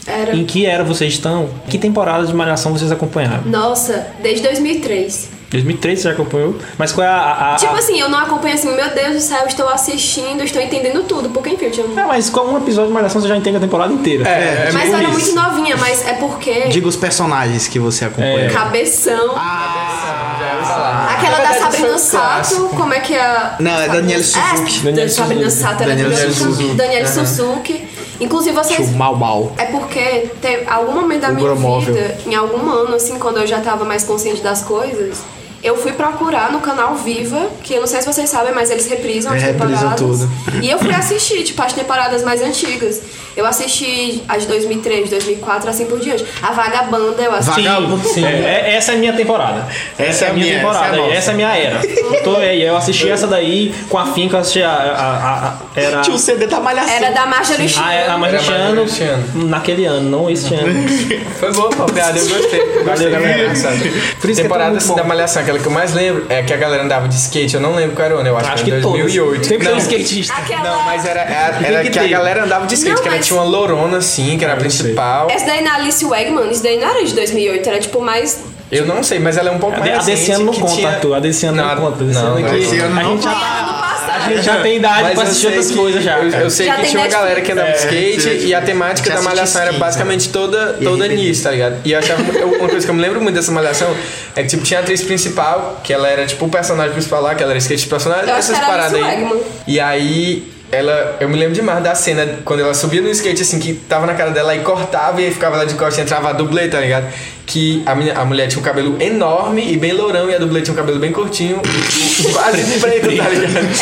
C: Era.
B: Em que era vocês estão? Que temporada de malhação vocês acompanharam?
C: Nossa, desde 2003.
B: 2003 você já acompanhou? Mas qual é a. a-
D: Ah,
B: a-
C: Tipo assim, eu não acompanho assim, meu Deus do céu, estou assistindo, estou entendendo tudo, porque enfim, eu tinha...
B: Ah, mas com um episódio de Malhação você já entende a temporada inteira.
D: é, é
C: Mas eu
D: meio
C: era
D: isso.
C: muito novinha, mas é porque...
A: Diga os personagens que você acompanha.
B: É.
C: Cabeção.
D: Já ia falar.
C: Aquela
D: Na
C: da
D: verdade, isso Ah, é
C: Sabrina
D: um
C: Sato,
D: clássico.
C: como é que é a.
A: Não, é Daniele
C: Sabrina-
A: Suzuki.
C: É,
B: Daniele
C: Sabrina
B: Suzuki.
C: Sato era
A: Daniele
C: Daniele
A: Suzuki.
C: Suzuki. Daniele Suzuki. Inclusive, vocês.
A: Mal, mal.
C: É porque teve algum momento da
A: O
C: minha
A: Gromóvel.
C: vida, em algum ano, assim, quando eu já tava mais consciente das coisas, eu fui procurar no canal Viva, que eu não sei se vocês sabem, mas eles reprisam as
A: É, reprisam
C: temporadas.
A: tudo.
C: E eu fui assistir, tipo, as temporadas mais antigas. Eu assisti as de 2003, 2004, assim por diante. A Vagabanda, eu assisti.
A: Vagabundo.
B: Sim. É, é- essa é a minha temporada.
A: Essa é a minha, essa é a
B: temporada.
A: nossa.
B: Essa é a minha era. Tô aí, eu assisti essa daí com a Finca, eu assisti a. a- a- a- era.
A: Tinha um CD da Malhação.
C: Era da Marjorie
B: A,
C: Chan.
B: Ah, a, a Marjorie
D: Era a Marjorie
B: Chan, naquele ano, não este ano.
D: (laughs) Foi boa, pô, piada, eu gostei. Eu gostei
B: galera.
D: Engraçado.
B: Por isso que é
D: Temporada
B: tudo
D: assim,
B: muito
D: da
B: bom.
D: Malhação, aquela que eu mais lembro é que a galera andava de skate, eu não lembro qual era o ano, eu acho,
B: Acho
D: que era
B: que todos.
D: 2008.
B: Sempre
D: não,
B: foi um skatista.
C: Aquela...
D: não, mas era, era,
B: Tem
D: era
B: que
D: que, a
B: ter.
D: galera andava de skate,
C: Não,
D: que ela
C: mas-
D: tinha uma lorona assim, que era a principal.
C: Essa daí na Alice Wegman, isso daí não era de 2008, era tipo mais.
D: Eu não sei, mas ela é um pouco
B: A,
D: mais
B: de- a desse
D: recente,
B: ano não
D: que
B: conta,
D: tinha-
B: Arthur. A desse ano não,
D: Não,
B: conta. Desse
D: não,
B: ano aqui.
A: esse ano
B: a
A: não
B: gente já tá.
C: Ano passado.
B: A gente (laughs) já tem idade pra
D: eu
B: assistir
D: sei
B: outras
D: que-
B: coisas já.
D: Eu,
B: cara.
D: eu sei
C: Já
D: que
C: tem
D: tinha uma
C: Netflix. né?
D: galera que andava de skate
A: É, tinha-
D: e a temática
A: já
D: da
A: assistia
D: malhação era
A: skate, né?
D: basicamente toda, toda
A: RBD.
D: nisso, tá ligado? E eu achava eu- uma coisa que eu me lembro muito dessa malhação é que tipo, tinha a atriz principal, que ela era tipo o personagem principal lá, que ela era skate personagem,
C: Eu acho
D: essas
C: que era
D: paradas
C: Alice
D: aí.
C: Wegman.
D: E aí. Ela, eu me lembro demais da cena quando ela subia no skate, assim, que tava na cara dela e cortava e aí ficava lá de costas e entrava a dublê, tá ligado? Que a, menina- a mulher tinha um cabelo enorme e bem lourão e a dublê tinha um cabelo bem curtinho, e tipo, (laughs) quase preto, tá ligado?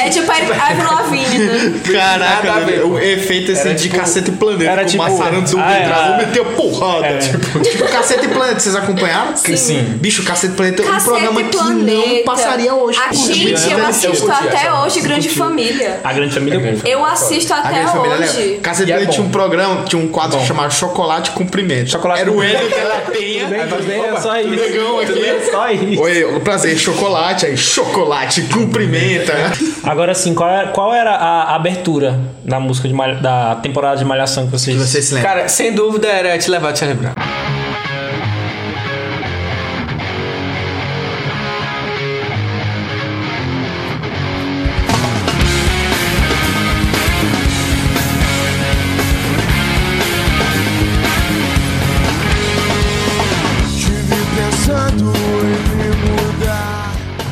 C: É tipo a Ivy Lavigne, né?
A: Caraca,
D: Nada a ver.
A: velho, o efeito esse
D: Era
A: de
D: tipo-
A: cacete e planeta.
B: era
A: com
B: tipo-
A: o maçarando zumbi
B: Ah, é,
A: atrás,
B: ah,
A: vou meter a porrada.
B: é.
A: Tipo, (laughs) tipo, cacete e planeta, vocês acompanharam?
C: Sim. Sim.
A: Bicho, cacete e planeta é um
C: Cacete
A: programa que não
C: Planeta.
A: passaria hoje. Tipo,
C: A
A: Puxa,
C: gente,
A: bicho,
C: eu
A: velho.
D: assisti
C: assisto
D: curti
C: até
D: essa,
C: hoje Grande Família.
B: A grande família.
C: Eu assisto
A: A
C: até
A: grande família
C: hoje.
A: lembra? Cacete
D: E é
A: Planeta tinha
D: bom.
A: um programa, tinha um quadro
D: Bom.
A: chamado Chocolate Cumprimento.
B: Chocolate
A: Era o
B: Cumprimento.
A: Hélio Della Penha
B: nem, tô nem, é só isso.
A: negão aqui.
B: É só isso.
A: Oi, prazer, chocolate. Aí, chocolate, cumprimenta.
B: Agora sim, qual era, qual era a abertura da música de Malha- da temporada de Malhação que vocês.
A: E você se lembra?
D: Cara, sem dúvida era te levar, te lembrar.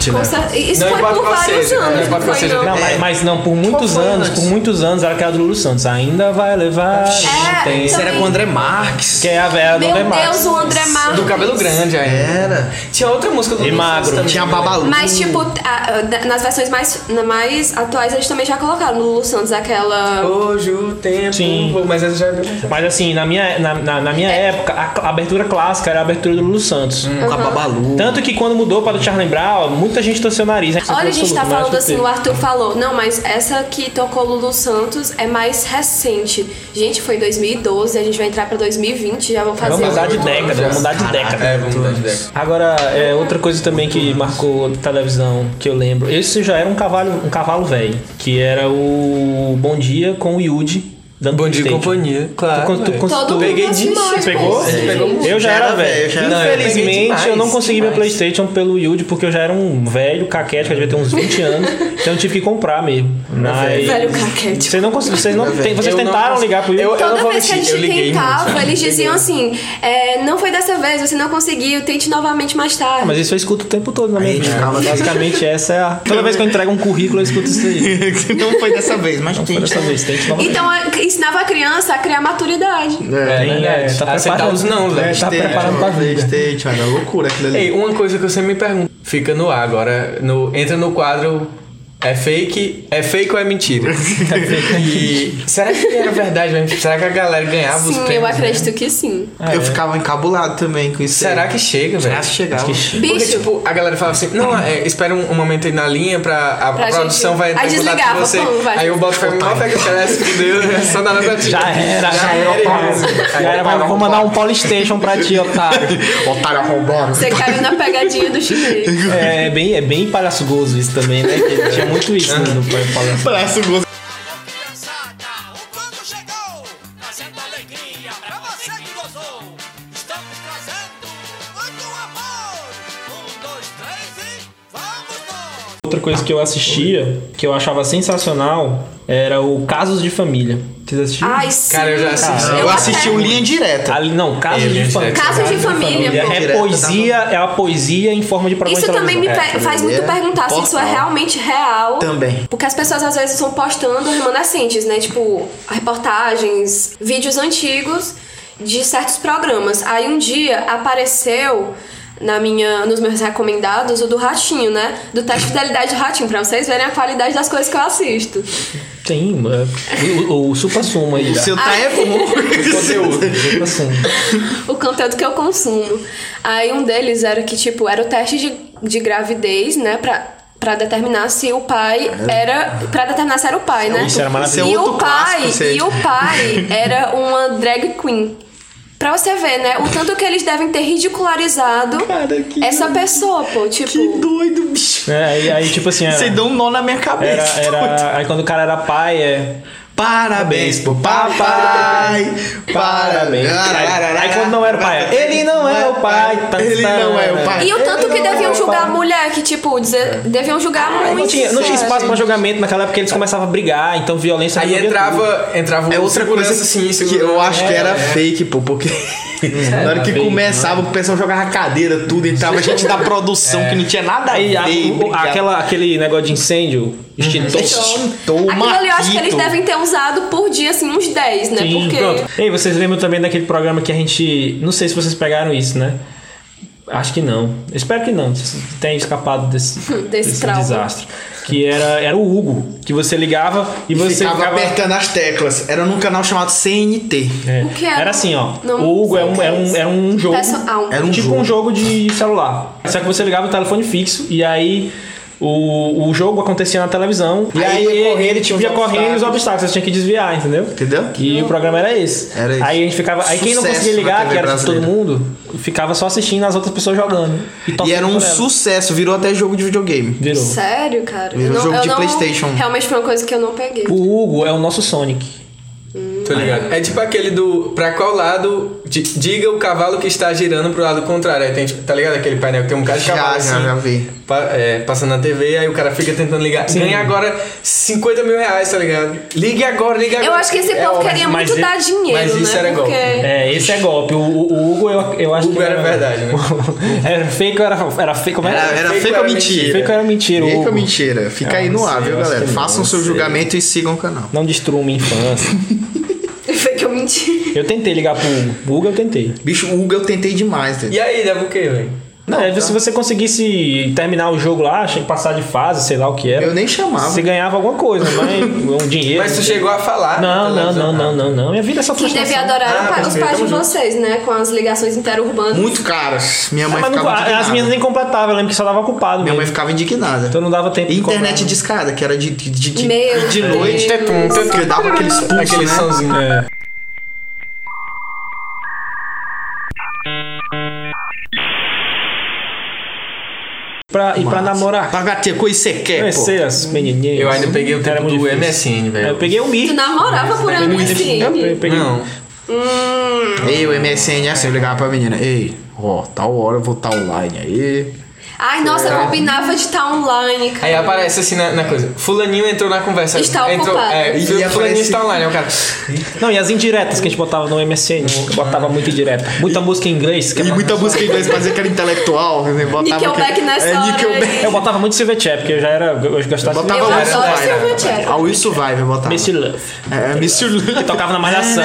A: Te
C: Com
A: lembra?
C: cer- Isso
D: Não,
C: foi
D: embora
C: por
D: pra
C: vários
D: vocês, né?
C: anos, não
D: Embora pra
C: foi
D: vocês,
C: não.
B: Não, mas, mas não, por muitos
D: foi
B: anos,
D: antes?
B: por muitos anos era aquela do Lulu Santos. Ainda vai levar.
C: É,
B: tem-
C: então-
G: Era com o André Marques.
B: Que é a velha do
C: Meu
B: André Marques.
C: Deus, o André Marques.
D: Do cabelo grande aí.
G: Era.
D: Tinha outra música do
B: E
D: Lulu
B: magro.
D: Santos também,
A: Tinha a
D: né?
A: Babalu.
C: Mas, tipo, a- a- nas versões mais, na- mais atuais, eles também já colocaram no Lulu Santos aquela.
D: Hoje o tempo.
B: Sim.
D: Mas essa já é bem mais-
B: Mas assim, na minha, na, na- na minha
C: É.
B: época, a cl- a abertura clássica era a abertura do Lulu Santos.
G: Com a
A: (laughs)
G: Babalu.
B: Tanto que quando mudou para o Charlie Brown, muita gente torceu o nariz. né?
C: Olha, a gente
B: Absoluto,
C: tá
B: mas
C: falando
B: tudo
C: assim,
B: bem.
C: o Arthur falou, não, mas essa que tocou Lulu Santos é mais recente. Gente, foi em 2012, a gente vai entrar pra 2020, já vamos fazer.
B: Vamos mudar de
C: um-
B: década,
D: né?
B: vamos mudar de década.
D: É, vamos mudar de década.
B: Agora, é, outra coisa também que marcou televisão que eu lembro. Esse já era um cavalo, um cavalo velho, que era o Bom Dia com o Yudi. dando
D: Bom dia e
B: pitaco.
D: companhia,
B: Tu,
D: claro. é.
B: con- tu,
D: velho.
B: con-
C: Todo
B: tu
C: mundo
B: peguei
C: gosta
B: disso.
C: demais,
B: Você pegou?
C: pô.
B: Você
C: É.
B: pegou muito. Eu já
G: Já
B: era
G: era
B: velho.
G: velho, já era-
D: Não, eu peguei
B: Infelizmente, eu,
D: demais,
B: não consegui meu
D: demais.
B: Playstation pelo Yudi, porque eu já era um velho caquete, que eu devia ter uns 20 anos. então eu tive que comprar mesmo. Mas...
C: Velho caquete.
B: Vocês não conseguiram. Vocês, não, tem- vocês
D: Eu não
B: tentaram
D: consegui.
B: ligar pro Yudi?
D: Eu-
C: Toda
D: vou
C: vez que a
D: mentir, eu
C: gente
D: liguei
C: tentava,
D: muito.
C: eles diziam assim: é, não foi dessa vez, você não conseguiu, tente novamente mais tarde.
B: Mas isso eu escuto o tempo todo na minha
G: Aí a gente
B: vida.
G: ficava-
B: Basicamente, essa é a. Toda vez que eu entrego um currículo, eu escuto isso aí.
A: Não foi dessa vez, mas tem.
B: Foi dessa vez, tem que tomar
C: Então a- ensinava a criança a criar maturidade.
D: Né?
A: É.
B: Tem,
D: verdade.
B: é, tá
D: Aceitar
B: preparado.
D: os não,
B: É,
D: velho.
B: tá preparado pra vida.
A: State, mano, é loucura aquilo ali.
D: Ei, uma coisa que eu sempre me pergunto. Fica no ar agora. No, entra no quadro. É fake? É fake ou é (laughs) mentira? e será que era verdade mesmo? Será que a galera ganhava os
C: Sim,
D: prêmios?
C: eu
D: né?
C: acredito que sim.
A: eu ficava encabulado também com isso.
D: Será que chega, velho?
A: Será que chegava?
D: Porque,
C: Bicho,
D: tipo, a galera falava assim,
C: (clears throat)
D: não, é, espera um, um momento aí na linha pra a
C: Pra
D: produção
C: gente-
D: vai entrar
C: Aí
D: em contato
C: desligava,
D: com você.
C: pô, vai.
D: Aí eu boto pra mim, mal pega o telefone, que deu, né? só na hora
B: Já era, já era.
D: mesmo.
B: Já era, mas vou mandar um Polystation pra ti, otário.
A: Otário arrombado.
C: você caiu
D: (laughs)
C: na pegadinha do chinês.
B: É bem, é bem palhaçugoso isso também, né? Que tinha muito isso né, no palhaço.
A: Parece um gozo.
H: Criançada, o bando chegou, trazendo alegria pra você que gozou. Estamos trazendo muito amor. Um, dois, três e vamos nós!
B: Outra coisa que eu assistia, que eu achava sensacional, era o Casos de Família. Vocês assistiram?
C: Ai, sim.
D: Cara, eu já assisti. um
A: Eu assisti um o Linha Direta.
B: Ali, não, Casos
D: Ele
B: de
D: é
B: Família.
D: direto.
C: Caso de família, pô.
B: É
A: Direto,
B: poesia, é a poesia em forma de programa
C: Isso
B: de
C: também me
B: televisão.
C: pe- faz
A: é
C: muito perguntar se isso é
A: portal.
C: realmente real.
A: Também.
C: Porque as pessoas às vezes estão postando remanescentes, né? Tipo, reportagens, vídeos antigos de certos programas. Aí um dia apareceu na minha, nos meus recomendados o do Ratinho, né? Do teste de fidelidade do Ratinho, pra vocês verem a qualidade das coisas que eu assisto.
B: É. Tem, é, o, o, o Supra Suma aí.
A: O seu tá
C: Ai.
A: é bom.
B: O Supra Suma.
C: o conteúdo que eu consumo. Aí um deles era que, tipo, era o teste de, de gravidez, né? Pra, pra determinar se o pai era. Pra determinar se era o pai, né?
B: Isso era maravilhoso.
A: É. Isso
C: E
A: é
C: o
A: outro clássico,
C: pai,
A: isso aí.
C: e o pai era uma drag queen. Pra você ver, né? O tanto que eles devem ter ridicularizado essa pessoa, pô. Tipo.
A: (laughs) Que doido, bicho.
B: É, aí, aí, tipo assim, era,
A: Você deu um nó na minha
B: era,
A: cabeça. doido.
B: era- Aí quando o cara era pai, é.
A: Parabéns pro papai. Parabéns.
B: Aí, aí quando não era o pai, é, ele não é o pai. tá,
A: Ele
B: tá,
A: não é
B: né?
A: o pai.
C: E o tanto que deviam julgar a mulher, que, tipo,
A: É.
C: dizer, deviam julgar muito.
B: Não tinha, não tinha
C: sabe?
B: espaço pra julgamento naquela época, eles começavam a brigar, então violência
D: Aí
B: resolvia tudo.
D: entrava, entrava
A: É
D: o
A: outra
D: segurança,
A: coisa
D: assim,
A: que
D: segurança.
A: eu acho que era
D: É.
A: fake, pô,
B: (laughs)
A: porque na hora que
B: fake, né?
A: começava, o pessoal jogava cadeira, tudo, entrava gente da
B: (laughs)
A: produção que não tinha nada a
B: Aí
A: ver.
B: É.
A: tá
B: a-
A: e
B: o-
A: brigava.
B: aquela, aquele negócio de incêndio, extintor.
A: Extintor,
C: Aquilo ali eu acho que eles
A: Marquito.
C: devem ter usado por dia, assim, uns 10, né?
B: Sim,
C: Porque.
B: pronto. Ei, vocês lembram também daquele programa que a gente. Não sei se vocês pegaram isso, né? Acho que não. Espero que não. Vocês tenham escapado desse,
C: (laughs) desse trauma.
B: desastre. Que era, era o Hugo, que você ligava e,
A: E
B: você
A: ficava
B: ficava.
A: apertando as teclas. Era num canal chamado CNT.
B: É.
C: O que era?
B: Era assim, ó.
C: Não
B: o Hugo é
C: sei o
B: um,
C: que
B: era,
C: é
B: um,
C: isso.
B: era um jogo.
C: Peço- ah, um-
A: Era um
B: tipo
A: jogo.
B: um jogo de celular. Só que você ligava o telefone fixo e aí O, o jogo acontecia na televisão. E
A: Aí
B: aí,
A: ia correndo e tinha uns
B: ia correndo e os
A: obstáculos.
B: obstáculos, você tinha que desviar, entendeu?
A: Entendeu?
B: E o programa era esse.
A: Era esse.
B: Aí a gente ficava. Aí quem não
A: Sucesso
B: conseguia
A: na
B: ligar,
A: TV
B: que era de todo
A: brasileira.
B: mundo, ficava só assistindo as outras pessoas jogando.
A: E
B: torcendo
A: era um
B: por elas.
A: sucesso, virou até jogo de videogame.
B: Virou.
C: Sério, cara?
A: Virou
C: Eu
A: jogo
C: eu
A: de PlayStation.
C: Realmente foi uma coisa que eu não peguei.
B: O Hugo é o nosso Sonic.
D: Tô ligado. É tipo aquele do. Pra qual lado. di- diga o cavalo que está girando pro lado contrário. Aí tem, tipo, tá ligado? Aquele painel que tem um bocado de
A: Já,
D: cavalo.
A: já,
D: assim,
A: já vi.
D: pa- é, passando na TV, aí o cara fica tentando ligar. Ganha agora 50 mil reais, tá ligado? Ligue agora, ligue agora.
C: Eu acho que esse
D: É
C: povo
D: óbvio.
C: queria
B: mas
C: muito
B: e-
C: dar dinheiro,
D: mas isso
C: né?
D: era golpe.
C: Porque...
B: É, esse é golpe. O, o- o Hugo, eu, eu acho
D: Hugo
B: que.
D: era verdade, né?
B: (laughs) era fake ou era, era fake? Como era?
A: Era, era
D: Fake
A: fake ou
D: era
A: mentira?
B: Fake ou era mentira,
A: Fake
B: Hugo?
A: ou mentira? Fica
B: Ah,
A: aí
B: não
A: no ar,
B: sei,
A: viu,
B: eu acho
A: galera?
B: que não,
A: Façam
B: não
A: seu
B: sei.
A: julgamento e sigam o canal.
B: Não destrua minha infância.
C: (laughs) Foi que eu menti.
B: eu tentei ligar pro Hugo. Pro Hugo eu tentei.
A: Bicho, o Hugo eu tentei demais, velho.
D: E aí, dava o quê, velho?
B: Não,
A: tá.
B: é, se você conseguisse terminar o jogo lá, achei que passar de fase, sei lá o que era.
A: Eu nem chamava.
B: Você ganhava alguma coisa, mas um dinheiro.
D: Mas tu chegou a falar.
B: Não, não,
D: na televisão. né?
B: não, não, não, não. Minha vida é só
C: Quem
B: frustração.
C: devia adorar eram
D: Ah,
C: pa- os
D: perfeito,
C: pais de
D: tamo junto.
C: vocês, né? Com as ligações interurbanas.
A: Muito caras. Minha
B: Ah,
A: mãe
B: mas não-
A: ficava indignada.
B: as minhas nem completavam, eu lembro que só dava culpado
A: né? Minha
B: mesmo.
A: mãe ficava indignada.
B: Então não dava tempo
A: E internet
B: de
A: de escada, que era de, de, de, de-
C: Meu
A: de noite.
C: Deus.
D: Tum, tum, tum.
A: Que dava aqueles pulsos,
D: Aquele
A: né?
D: somzinho.
B: comprar. É. Pra, e pra namorar.
A: Pra bater coisa que você quer, É, pô.
B: Conhecer as menininhas.
D: Eu ainda peguei o
B: Era
D: tempo
B: muito
D: do
B: difícil.
D: MSN, velho.
B: Eu peguei o Mi.
C: Tu namorava por ano Hum.
B: Eu
C: assim.
B: peguei.
D: Não.
A: Ei, o MSN é assim, eu ligava pra menina. Ei, ó, tal hora eu vou estar online aí.
C: Ai, nossa, combinava de estar online, cara.
D: É. Aí aparece assim na, na coisa. Fulaninho entrou na conversa.
C: Está
D: entrou,
C: ocupado.
D: É,
A: E
D: e fulaninho
A: aparece-
D: está online. Aí o cara.
B: Não, e as indiretas que a gente botava no MSN. Eu botava muito indireta. Muita música em inglês. que
A: E
B: era-
A: muita música em inglês pra dizer que era intelectual. Né? Botava
C: Nickelback né?
A: aquele-
C: nessa
A: é,
C: hora
A: Nickelback.
C: aí.
B: Eu botava muito Silver Chat, porque eu já era. Eu gostava
A: Botava Ah,
C: Eu
A: o Will
C: adoro
A: Survivor.
C: Silverchair.
A: A Will Survivor botava.
B: Missy Love.
A: É, é, Mr. Lu-
B: que (laughs) tocava na Malhação.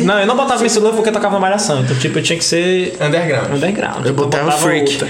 B: Não, eu não botava Missy Love porque tocava na Malhação. Então, tipo, eu tinha que ser
D: Underground.
B: underground.
A: Eu
B: Então,
A: botava Freak.
B: outra.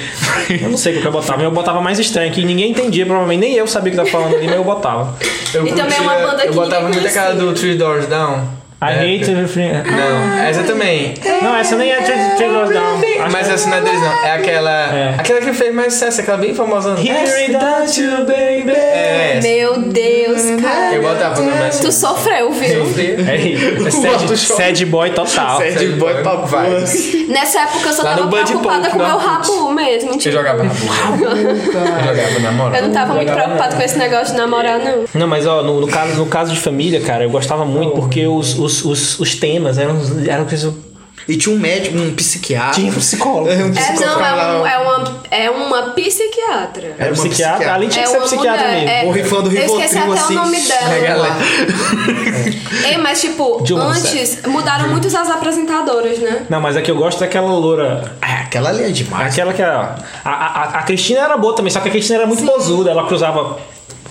B: Eu não sei o que eu botava. Eu botava mais estranho, que ninguém entendia, provavelmente. Nem eu sabia o que tava falando ali, mas eu botava.
D: Eu
C: E também é uma banda que
D: Eu botava
C: ninguém
D: muito aquela do Three Doors Down.
B: I hate everything.
D: Não, essa também.
B: Não, essa nem é Three Three Doors Down. Acho
D: Mas
B: que-
D: essa não é deles, não. É aquela.
B: É.
D: Aquela que fez mais sucesso, aquela bem famosa. né?
B: Here it is, you, baby.
D: É, essa.
C: Meu Deus, cara.
D: Eu botava no
C: Tu
D: MSN.
C: sofreu, viu?
B: Ei, é sad, sad boy total.
A: Sad boy pra
D: Vai.
A: porra.
C: Nessa época eu só
D: Lá no
C: tava
D: Band
C: preocupada
D: Pop,
C: com o meu
D: não.
C: rabo mesmo.
D: Eu
C: Tipo,
D: jogava na boca. Eu jogava na moral.
C: eu não tava muito preocupada com esse negócio de namorar, não.
B: Não, mas ó, no, no caso, no caso de família, cara, eu gostava muito porque os, os, os, os temas eram, eram coisas.
A: E tinha um médico, um psiquiatra.
B: Tinha um psicólogo.
A: É, um
C: É,
A: psicólogo
C: não, é, um,
A: lá.
C: é, uma, é uma psiquiatra.
A: Era
B: Era um
A: uma
B: psiquiatra.
A: psiquiatra.
B: Ali tinha
C: é
B: que ser
C: uma
B: psiquiatra
C: mulher,
B: mesmo.
C: é-
A: O rifando do
C: Eu esqueci
A: Rivotril,
C: até
A: assim.
C: o nome
A: né,
C: dela.
A: galera?
C: Ei, mas tipo,
B: Dilma Rousseff.
C: antes mudaram muitos as apresentadoras, né?
B: Não, mas a que eu gosto é aquela loura.
A: Ah, aquela ali é demais.
B: Aquela que era. A, a, a- a Cristina era boa também, só que a Cristina era muito posuda, ela cruzava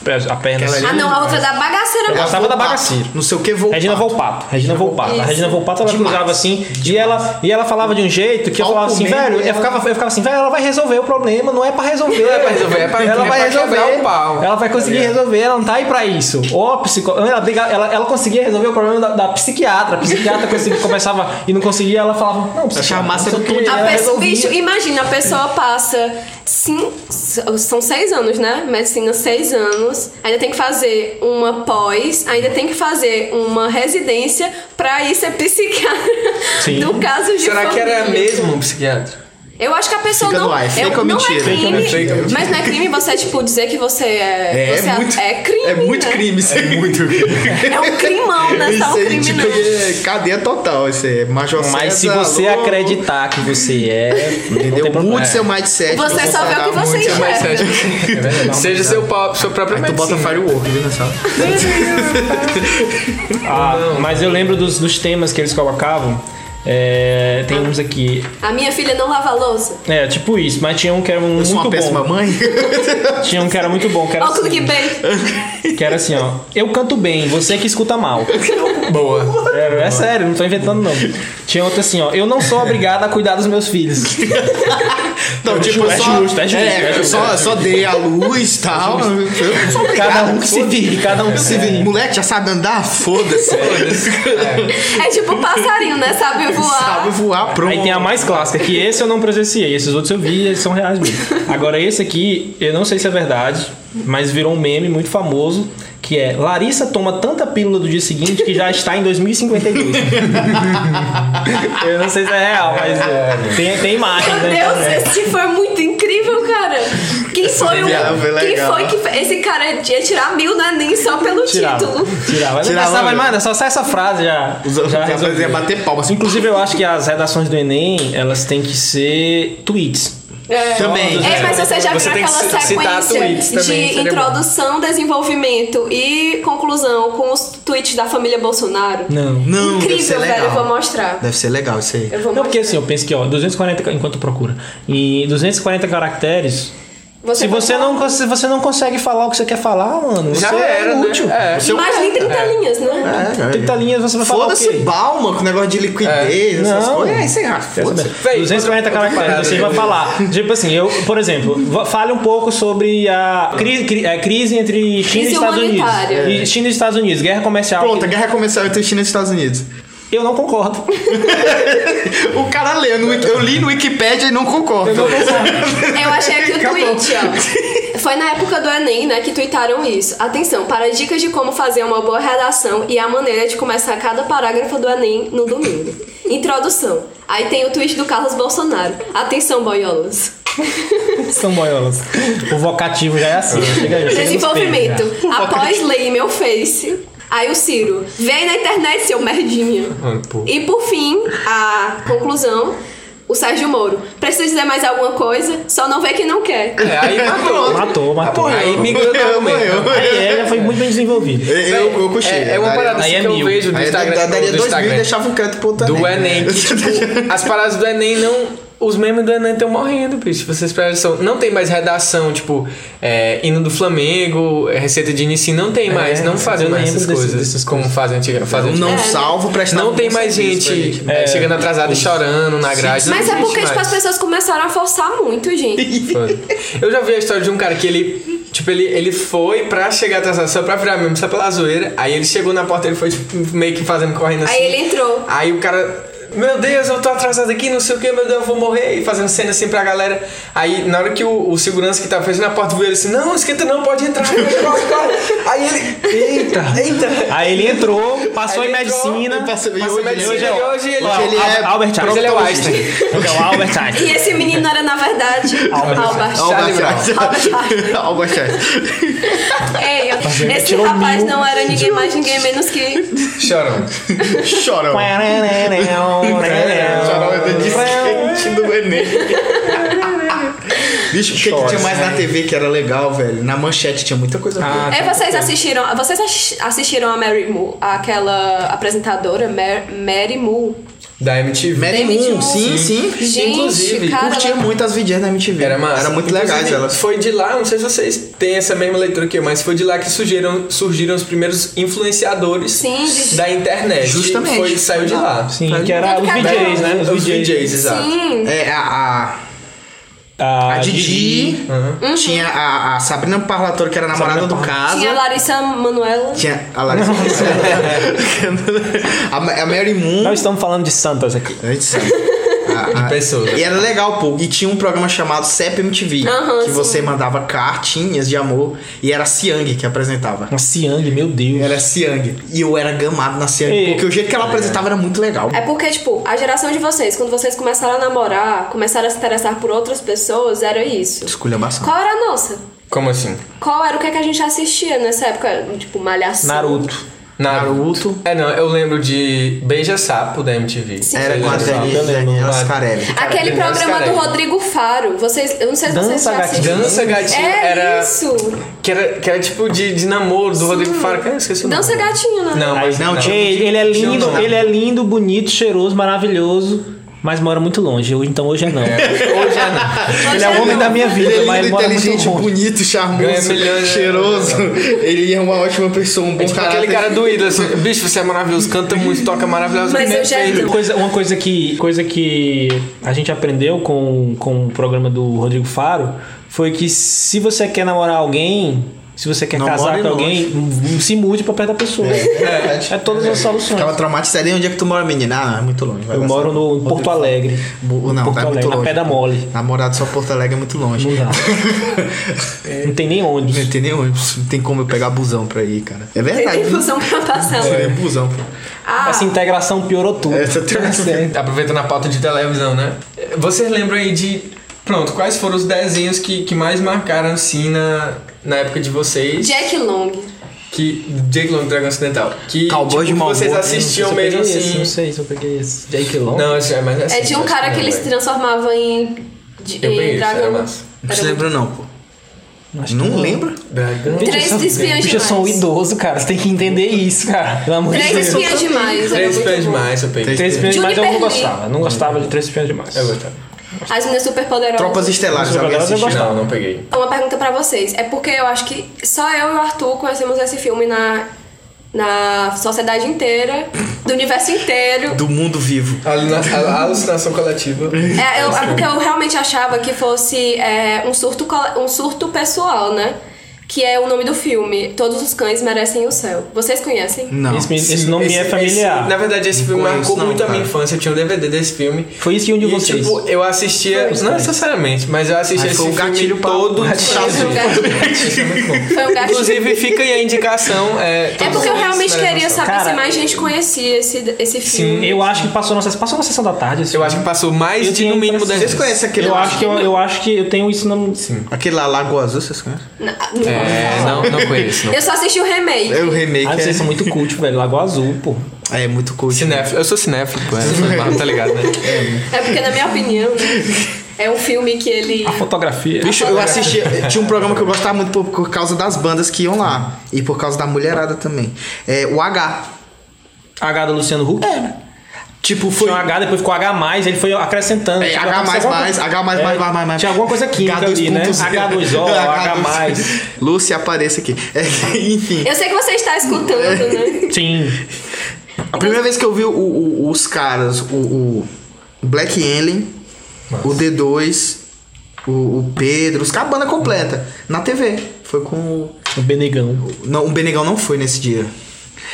B: pe- a perna.
A: Aquela
B: assim.
C: Ah, não, a outra da bagaceira.
A: Ela
B: Eu gostava da
A: Volpato.
B: É bagaceira.
A: Não sei o que,
D: é
A: vou.
B: Regina Volpato. Regina Volpato. A
C: Isso.
B: Regina Volpato ela
A: Demais.
B: cruzava assim e ela, e ela falava de um jeito que eu
A: Palco
B: falava assim,
A: mesmo,
B: velho, eu
A: ela-
B: ficava, eu ficava assim, velho, ela vai resolver o problema, não é pra resolver.
D: Não é pra resolver, é pra-
B: ela
D: é
B: vai
D: pra
B: resolver.
D: quebrar o pau. É.
B: Ela vai conseguir resolver, ela não tá aí pra isso. Ó, psico... ela, briga- ela, ela conseguia resolver o problema da, da psiquiatra. A psiquiatra (laughs) conseguia, começava e não conseguia, ela falava, não, psiquiatra.
A: massa
B: não sei o
A: tudo.
B: quê,
C: A
D: né?
B: ela
C: pessoa,
B: resolvia.
C: bicho, imagina, a pessoa passa cinco, são seis anos, né? Medicina, seis anos. Ainda tem que fazer uma pós, ainda tem que fazer uma residência pra ir ser psiquiatra (laughs)
B: Sim.
C: do caso de
D: Será que era
C: família.
D: mesmo um psiquiatra?
C: Eu acho que a pessoa
A: Fica
C: não.
A: no ar, é
C: eu-
A: fake ou
C: não
A: mentira?
C: é
A: Fake
D: ou
C: crime.
D: mentira?
C: Mas não é crime você, tipo, dizer que você é.
A: É,
C: você
A: é muito.
C: é crime.
A: É muito
C: né?
A: crime, isso é muito crime.
C: É um crimão, né? Só um
A: Isso aí,
C: crime,
A: tipo,
C: não.
A: é cadeia total. Isso é Major
B: Mas se
A: César,
B: você
A: alô,
B: acreditar que você é, não tem
A: Entendeu?
B: problema. É.
A: Mude seu mindset.
C: Você só vê o que
A: será
C: você
A: muito-
C: enxerga.
D: É Seja seu pau, sua própria
A: Aí tu bota
D: medicina.
A: Firework, viu, nessa hora?
B: Ah, mas eu lembro dos, dos temas que eles colocavam. É, tem uns aqui.
C: A minha filha não lava a louça.
B: É, tipo isso, mas tinha um que era um
A: Eu
B: muito
A: sou uma
B: bom.
A: péssima mãe.
B: Tinha um que era muito bom, que era,
C: Ó, o
B: assim,
C: clickbait.
B: que era assim, ó. Eu canto bem, você que é escuta mal.
D: Boa.
B: É, é sério, não tô inventando não. Tinha outra assim, ó. Eu não sou obrigado a cuidar dos
A: (laughs)
B: meus filhos.
A: Então, tipo,
B: é
A: só,
B: justo, é justo, é justo. É
A: só, só dei a luz e tal. Eu sou obrigado.
B: Cada um que se vire, cada um que se vire.
A: É. Moleque já sabe andar? Foda-se.
C: É tipo passarinho, né? Sabe voar.
A: (laughs) Sabe voar, pronto.
B: Aí tem a mais clássica, que esse eu não presenciei, esses outros eu vi, eles são reais mesmo. Agora esse aqui, eu não sei se é verdade, mas virou um meme muito famoso, que é Larissa toma tanta pílula do dia seguinte que já está em 2052. eu não sei se é real, mas é, tem, tem imagem.
C: Meu
B: né?
C: Deus, esse foi muito incrível, cara. Quem foi o.
A: piada foi
C: Quem
A: legal.
C: foi que. fe- Esse cara ia tirar mil, não é nem só pelo
B: Tirava.
C: título.
A: Tirava,
B: Tirava. Tirava. Mas,
A: né?
B: mano, é só sai essa frase já.
A: Os
B: já
A: outros
B: resolveu.
A: iam bater palma. Assim,
B: Inclusive, eu acho que as redações do Enem, elas têm que ser tweets.
C: É.
A: Também.
C: É, mas você já
D: Você
C: viu
D: tem que
C: aquela
D: citar tweets
C: sequência
D: também,
C: de
D: seria bom.
C: introdução, desenvolvimento e conclusão com os tweets da família Bolsonaro?
B: Não.
A: Não, deve ser
C: Incrível,
A: legal.
C: velho. Eu vou mostrar.
A: Deve ser legal isso aí.
C: Eu vou
B: Não, porque
C: mostrar.
B: assim, eu penso que, ó, 240, ca- enquanto procura, em 240 caracteres, se
A: tá
B: você não, cons- se você não consegue falar o que você quer falar, mano,
D: Já
B: você
D: era,
B: é
D: né?
B: útil.
D: É.
C: Mas nem 30 linhas, né?
A: É,
B: 30 linhas você vai falar o
A: Foda-se
B: quê?
A: Balma com negócio de liquidez, essas
B: Não.
A: coisas. É, isso aí, Rafa,
B: Quer saber?
A: foda-se.
D: Véi,
B: 240
D: outra- outra
B: caracteres,
D: parada.
B: você vai falar. Tipo assim, eu, por exemplo, va- fale um pouco sobre a cri- cri- a crise, entre China
C: Crise
B: e Estados Unidos.
C: humanitária.
B: E China e Estados Unidos, guerra comercial.
A: Pronto, a
B: que-
A: guerra comercial entre China e Estados Unidos.
B: Eu não concordo. (laughs)
A: O cara lê, no Wiki- eu li no Wikipedia e não concordo.
C: É, Eu achei aqui o
A: Acabou.
C: tweet, ó. Foi na época do Enem, né, que tweetaram isso. Atenção, para dicas de como fazer uma boa redação e a maneira de começar cada parágrafo do Enem no domingo. Introdução. Aí tem o tweet do Carlos Bolsonaro. Atenção, boiolas.
B: São boiolas. O vocativo já é assim. Chega aí, chega nos
C: Desenvolvimento.
B: peitos
C: Após ler meu face. Aí o Ciro. Vem na internet, seu merdinha. E por fim, a conclusão. O Sérgio Moro. Precisa dizer mais alguma coisa? Só não vê quem não quer.
D: É, aí matou.
B: já. Matou, matou.
D: Aí migrou no
A: Eu,
D: argumento.
A: eu,
B: Aí é, já foi muito bem desenvolvido.
A: eu, eu cochei.
D: É, é uma
A: daria-
D: parada assim
B: Aí é
D: que eu
B: mil.
D: vejo do
A: Aí eu
D: Instagram.
A: daria- daria
D: do
A: dois mil e
D: Instagram.
A: deixava um crédito pro outro
D: do
A: né?
D: Enem.
A: (laughs)
D: que, tipo, as paradas do Enem não. Os memes do Enem estão morrendo, bicho. Vocês prestam. Não tem mais redação, tipo, é, hino do Flamengo, é, receita de início, não tem mais. não fazem
B: eu
D: mais
B: lembro
D: essas
B: desse-
D: coisas.
B: dessas
D: como fazem antigamente. Fazem
A: Eu não
D: antigamente.
A: salvo, presta
D: É, né? não tem mais gente, é, chegando atrasada e chorando na grade.
C: Mas
D: não
C: é porque,
D: existe
C: tipo,
D: mais.
C: as pessoas começaram a forçar muito, gente.
D: Foda. Eu já vi a história de um cara que ele. Tipo, ele, ele foi pra chegar atrasado só pra virar mesmo, só pela zoeira. Aí ele chegou na porta, ele foi tipo, meio que fazendo correndo assim.
C: Aí ele entrou.
D: Aí o cara. Meu Deus, eu tô atrasado aqui, não sei o que, meu Deus, eu vou morrer. E fazendo cena assim pra galera. Aí, na hora que o, o segurança que tava fechando a porta viu ele assim: Não, esquenta não, pode entrar. corre, corre." (laughs) Aí ele. Eita, eita.
B: Aí ele entrou, passou
D: Aí
B: em
D: ele entrou,
B: medicina.
A: Passou- e
D: Mas
A: hoje-
D: medicina,
A: hoje é-
D: e hoje ele,
A: hoje ele
B: Al-
A: é
B: Albert Einstein.
D: hoje ele é o Einstein.
B: Então, Albert Einstein.
D: (laughs)
C: E esse menino era, na verdade, Albert.
A: Albert
D: Charlie
A: Einstein. Albert Einstein. (laughs)
C: Ei,
B: vendo?
C: esse
B: Tirou
C: rapaz
B: mil.
C: não era ninguém mais, ninguém menos que.
D: Chorão.
A: Chorão. Chorão é disquete do
D: (laughs)
A: Enem. Bicho, o que, que tinha mais
D: né?
A: na TV que era legal, velho? Na manchete tinha muita coisa boa.
D: Ah,
C: É, vocês assistiram. Vocês assi- assistiram a Mary Moore, aquela apresentadora Mar- Mary Moore.
D: Da MTV.
A: Mary
C: Mary
A: Moon,
C: Moon,
A: sim, sim.
C: Gente,
D: Inclusive,
C: cara,
A: Curtia
C: ela-
A: muito as VJs da MTV.
B: Uhum.
D: Era massa.
A: muito
D: Inclusive,
A: legais elas.
D: Foi de lá, não sei se vocês têm essa mesma leitura que eu, mas foi de lá que surgiram, surgiram os primeiros influenciadores
C: Sim, de-
D: da internet.
A: Justamente.
D: Foi, saiu de lá.
B: Sim, que era
C: Tanto
B: os
C: que agora-
B: DJs, né?
D: um Os DJs, exato.
C: Sim,
A: É, a, a, a
B: A
A: Didi, tinha a, a Sabrina Parlatore, que era a namorada do caso.
C: Uhum. tinha a Larissa Manuela.
A: Tinha a
B: (laughs)
A: Larissa (laughs) a, Ma- é a Mary Moon.
B: Nós estamos falando de santas aqui.
A: A gente
B: (laughs)
A: sabe. A- a-
D: pessoas. né?
A: E era legal, pô. E tinha um programa chamado CEP MTV,
C: Aham,
A: que
C: sim.
A: você mandava cartinhas de amor e era a Siang que apresentava.
B: Uma Siang, meu Deus.
D: é
A: Era a Siang. E eu era gamado na Siang,
B: Ei.
A: porque o jeito que ela apresentava era muito legal.
C: É porque, tipo, a geração de vocês, quando vocês começaram a namorar, começaram a se interessar por outras pessoas, era isso.
A: Escolha bastante.
C: Qual era a nossa?
D: Como assim?
C: Qual era o que, é que a gente assistia nessa época? Tipo, Malhação.
B: Naruto.
A: Naruto.
D: É, não, eu lembro de Beija Sapo da MTV.
C: Sim.
A: Era né? com a
D: Beija Sapo.
A: Dani-
B: eu lembro.
A: Daniela Scarelli.
D: Cara,
C: Aquele
D: tem vários
C: programa do
D: caras.
C: Rodrigo Faro. Vocês, eu não sei se vocês
B: Dança
C: já
B: Gatinho.
C: assistiram.
D: Dança Gatinho
C: É
D: era,
C: isso.
D: que era. Que era tipo de, de namoro do Rodrigo Faro. Cara, eu esqueci o nome.
C: Dança Gatinho, né?
D: Não, mas
A: não, tinha-
B: Ei, ele é
D: Tinha um
B: lindo,
D: nome.
B: ele é lindo, bonito, cheiroso, maravilhoso. mas mora muito longe. Eu- Então hoje é não.
D: Hoje é não.
B: Ele é o homem da minha vida,
A: Ele é
B: mas
A: lindo,
B: mora muito
A: inteligente,
B: longe.
A: bonito,
D: Ganha
A: charmoso,
D: milhões, né?
A: cheiroso. Ele é uma ótima pessoa, um bom
D: Tipo,
A: caráter.
D: aquele cara do ídolo, assim, bicho, você é maravilhoso, canta muito, toca maravilhoso.
C: Mas eu já
B: Uma coisa, uma coisa que, coisa que a gente aprendeu com, com o programa do Rodrigo Faro foi que se você quer namorar alguém, se você quer
A: Não
B: casar
A: more
B: com alguém, m- (laughs) se mude pra perto da pessoa. É, todas as soluções.
A: Ficava traumatizado. E onde é que tu mora, menina? Ah, é muito longe. vai
B: Eu
A: dar
B: moro
A: certo.
B: no em Porto Alegre.
A: Bo- Não,
B: Porto
A: tá
B: Alegre,
A: muito
B: na
A: longe.
B: Pedra Mole.
A: Namorado só Porto Alegre é muito longe.
B: Não dá. Não tem nem ônibus.
A: (laughs) Não tem nem ônibus, não tem como eu pegar busão pra ir, cara. É verdade.
C: (laughs) Tem fusão pra passar.
A: É, busão. pô.
C: Ah,
B: Essa integração piorou tudo.
A: Essa integração.
D: Aproveitando a pauta de televisão, né? Vocês lembram aí de. Pronto, quais foram os desenhos que, que mais marcaram assim na, na época de vocês?
C: Jack Long.
D: Que. Jake Long Dragão Ocidental. Que,
A: Cowboy
D: tipo,
A: de né?
D: que vocês
A: Malboro,
D: assistiam
B: Eu
D: mesmo
B: peguei esse,
D: assim.
B: Não sei se eu peguei esse. Jake Long.
D: Não, esse é mais assim.
C: É de um
D: acho
C: cara que
D: não,
C: ele se
D: velho. transformava
C: transformava em, de,
D: Eu
C: em
D: conheço,
C: dragão.
D: era massa.
A: Não se lembra, não, pô. Não lembra?
D: Dragão.
B: Bicho,
C: Três
B: eu sou-
C: espiãs
B: bicho, eu sou um
C: demais.
B: idoso, cara. Você tem que entender isso, cara. Pelo amor de
C: Três
B: Deus.
C: espiãs demais. era
D: Três
C: muito
D: pés
C: bom.
D: mais, eu peguei.
B: Três espiãs demais eu não
C: Juniper
B: gostava. Não gostava de três espiãs demais.
A: É
D: Eu gostava.
C: As meninas super poderosas.
A: Tropas Estelares,
B: Os
A: alguém
B: jogadores eu
A: assistiu?
B: gostava.
D: Não, não peguei.
C: Uma pergunta pra vocês. É porque eu acho que só eu e o Arthur conhecemos esse filme na, na sociedade inteira, do universo inteiro.
A: Do mundo vivo.
D: Alina- a- a alucinação coletiva.
A: (laughs)
C: É, eu- é porque eu realmente achava que fosse é, um, surto, cole- um surto pessoal, né? Que é o nome do filme. Todos os cães merecem o céu. Vocês conhecem?
A: Não.
B: Esse, esse nome
D: Esse-
B: é
D: esse-
B: familiar.
D: na verdade, esse filme
A: conheço,
D: marcou
A: não,
D: muito a
A: cara.
D: minha infância. Eu tinha um DVD desse filme.
B: Foi isso que um de
D: e,
B: vocês.
D: tipo, eu assistia...
B: Foi isso, né?
D: não
B: cara.
D: necessariamente, mas eu assistia
A: Aí
D: esse
A: foi um
D: filme
A: gatilho pra-
D: todo.
C: Foi um
A: (laughs)
C: gatilho. Foi um gatilho.
D: Inclusive, fica aí a indicação. É,
C: É
D: todos
C: porque eu
D: os
C: realmente
D: filmes
C: queria
D: merecem.
C: saber
B: Cara,
C: se mais gente conhecia esse, esse filme.
B: Eu acho que passou na, passou na sessão da tarde. esse
D: Eu
B: filme.
D: acho que passou mais
B: Eu um
D: de,
B: tinha
D: no mínimo,
B: impressão.
D: 10
A: Vocês conhecem aquele
B: eu
A: lá?
B: acho que eu, eu acho que eu tenho isso no. Sim.
A: Aquele lá, Lagoa Azul, vocês conhecem?
C: Na- não
D: É, não, não conheço. Não.
C: Eu só assisti o remake.
A: É o remake.
B: Ah, vocês são
A: é...
B: muito cult, velho. Lago Azul, pô.
A: é muito cool.
D: Cinéfilo. Eu sou cinéfilo, pô, é, tá
B: (laughs)
D: ligado, né?
C: É porque, na minha opinião, né, é um filme que ele.
B: A fotografia.
A: Bicho, eu assistia. Tinha um programa que eu gostava muito por, por causa das bandas que iam lá. E por causa da mulherada também. É o H.
B: H do Luciano Huck.
A: Tipo,
B: Foi
A: foi.
B: um H, depois ficou H, ele foi acrescentando.
A: É,
B: Tinha
A: H++,
B: alguma coisa- é,
A: H++, mais, mais, mais, mais.
B: Tinha alguma coisa química ali, né?
A: (laughs)
B: H2O, H.
A: Lúcia, apareça aqui. (laughs) É, enfim.
C: Eu sei que você está escutando, né?
B: Sim.
A: A primeira vez que eu vi o- o- os caras, o, o Black Alien, o D2, o, o Pedro, os caras, a banda completa, na TV. Foi com o.
B: O Benegão.
A: Não, o Benegão não foi nesse dia.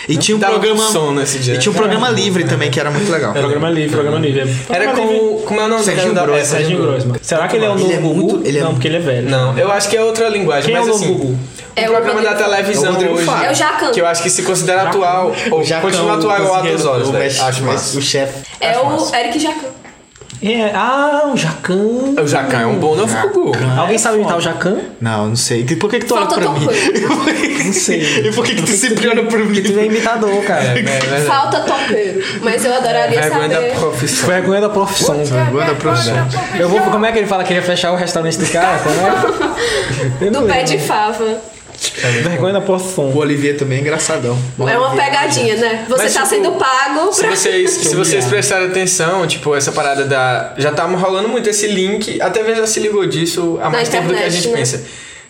A: E tinha um
D: Tava com
A: programa.
D: sono nesse dia.
A: E tinha um programa livre também, que era muito legal.
B: Programa livre, programa livre.
D: Era
B: Programa livre.
D: com... Como é o nome
A: Serginho
D: da
A: Grosso,
D: é,
B: Serginho Grossman. Será que ele é o novo
A: Ele é
B: Gugu?
A: muito- ele é-
B: Não, porque ele é velho.
D: Não, eu acho que é outra linguagem,
B: Quem é
D: mas
B: o
D: assim.
B: Gugu?
D: O
C: É o
D: programa
C: Rodrigo-
D: da
A: é o
D: televisão
A: Rodrigo
D: hoje.
A: Faro.
C: É o Jacan.
D: Que eu acho que se considera atual. Ou
A: Jacão,
D: continua atual igual a dos
A: cozinheiro,
D: olhos,
A: o
D: velho.
A: mestre-
D: Acho
A: o
D: massa.
A: mestre- O chefe.
C: É o Eric Jacan.
B: É, ah, o Jacan.
D: O Jacan é um bom novo Gugu.
B: Alguém sabe imitar o Jacan?
A: Não, não sei. E Por que, que tu olha
C: Falta
A: pra
C: Tom
A: mim? (laughs)
C: Cruise.
B: Não sei.
A: E por que, que tu sempre olha pra mim?
B: Tu é imitador, cara.
A: é,
C: Falta topeiro. Mas eu adoraria
D: né? É. Vergonha
C: saber.
D: da profissão.
B: Vergonha da profissão.
A: Vergonha da profissão.
B: Eu vou. Como é que ele fala que ele ia fechar o restaurante do cara? Como é? Eu não
C: Do pé
B: lembro.
C: de fava.
B: Vergonha da
A: O
B: profissão.
A: Olivier também é engraçadão.
C: É uma pegadinha, né? Você
D: Mas,
C: tá
D: tipo,
C: sendo pago
D: Se
C: pra.
D: vocês, se vocês
B: viado.
D: prestarem atenção, tipo, essa parada da. Já tá rolando muito esse link, até mesmo já se ligou disso há mais tempo do que a
C: internet,
D: gente
C: né?
D: pensa.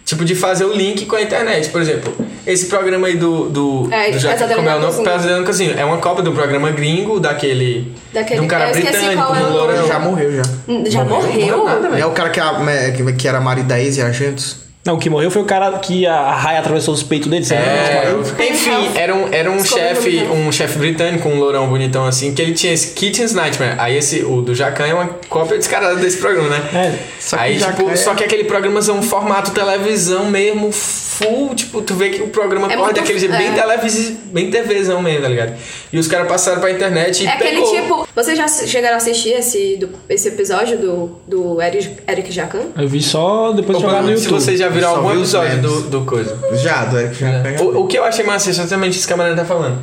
D: Tipo, de fazer o link com a internet. Por exemplo, esse programa aí do. do,
C: É,
D: do Jack-
C: Pesadelo
D: como é o
C: na
D: nome?
C: Cozinha.
D: Pesadelo na Cozinha. É uma cópia de um programa gringo, daquele.
C: Daquele-
D: de um cara
C: eu esqueci
D: britânico,
C: qual é
D: um
C: o
D: lourão.
A: Já morreu, já.
C: Hum, Já morreu?
A: É o cara que, a- me- que- que era marido da ex e a Jantos.
B: Não, o que morreu foi o cara que a, a raia atravessou os peitos dele. Você
D: É,
B: lembra?
D: enfim, era um, era um
C: Escolha
D: chefe,
C: bonitão.
D: um chefe britânico, um lourão bonitão assim, que ele tinha esse Kitchen's Nightmare. Aí esse, o do Jacan é uma cópia descarada desse programa, né?
B: É,
A: só que
D: Aí,
A: o Jacan
D: tipo,
A: é-
D: só que aquele programa é um formato televisão mesmo, full, tipo, tu vê que o programa
C: É
D: corre
C: muito-
D: daquele jeito, bem
C: é.
D: televis, bem TVzão mesmo, tá ligado? E os caras passaram pra internet e
C: É aquele
D: pegou.
C: tipo. Vocês já chegaram a assistir esse, do- esse episódio do, do Eric, Eric Jacan?
B: Eu vi só depois de jogar no
D: Opa, Se
B: YouTube.
D: vocês já viram
A: Só
D: algum
A: vi os
D: episódio
A: memes.
D: do, do coisa.
A: Já, do Eric já pega-
D: O, o que eu achei massa é exatamente isso que a Mariana tá falando.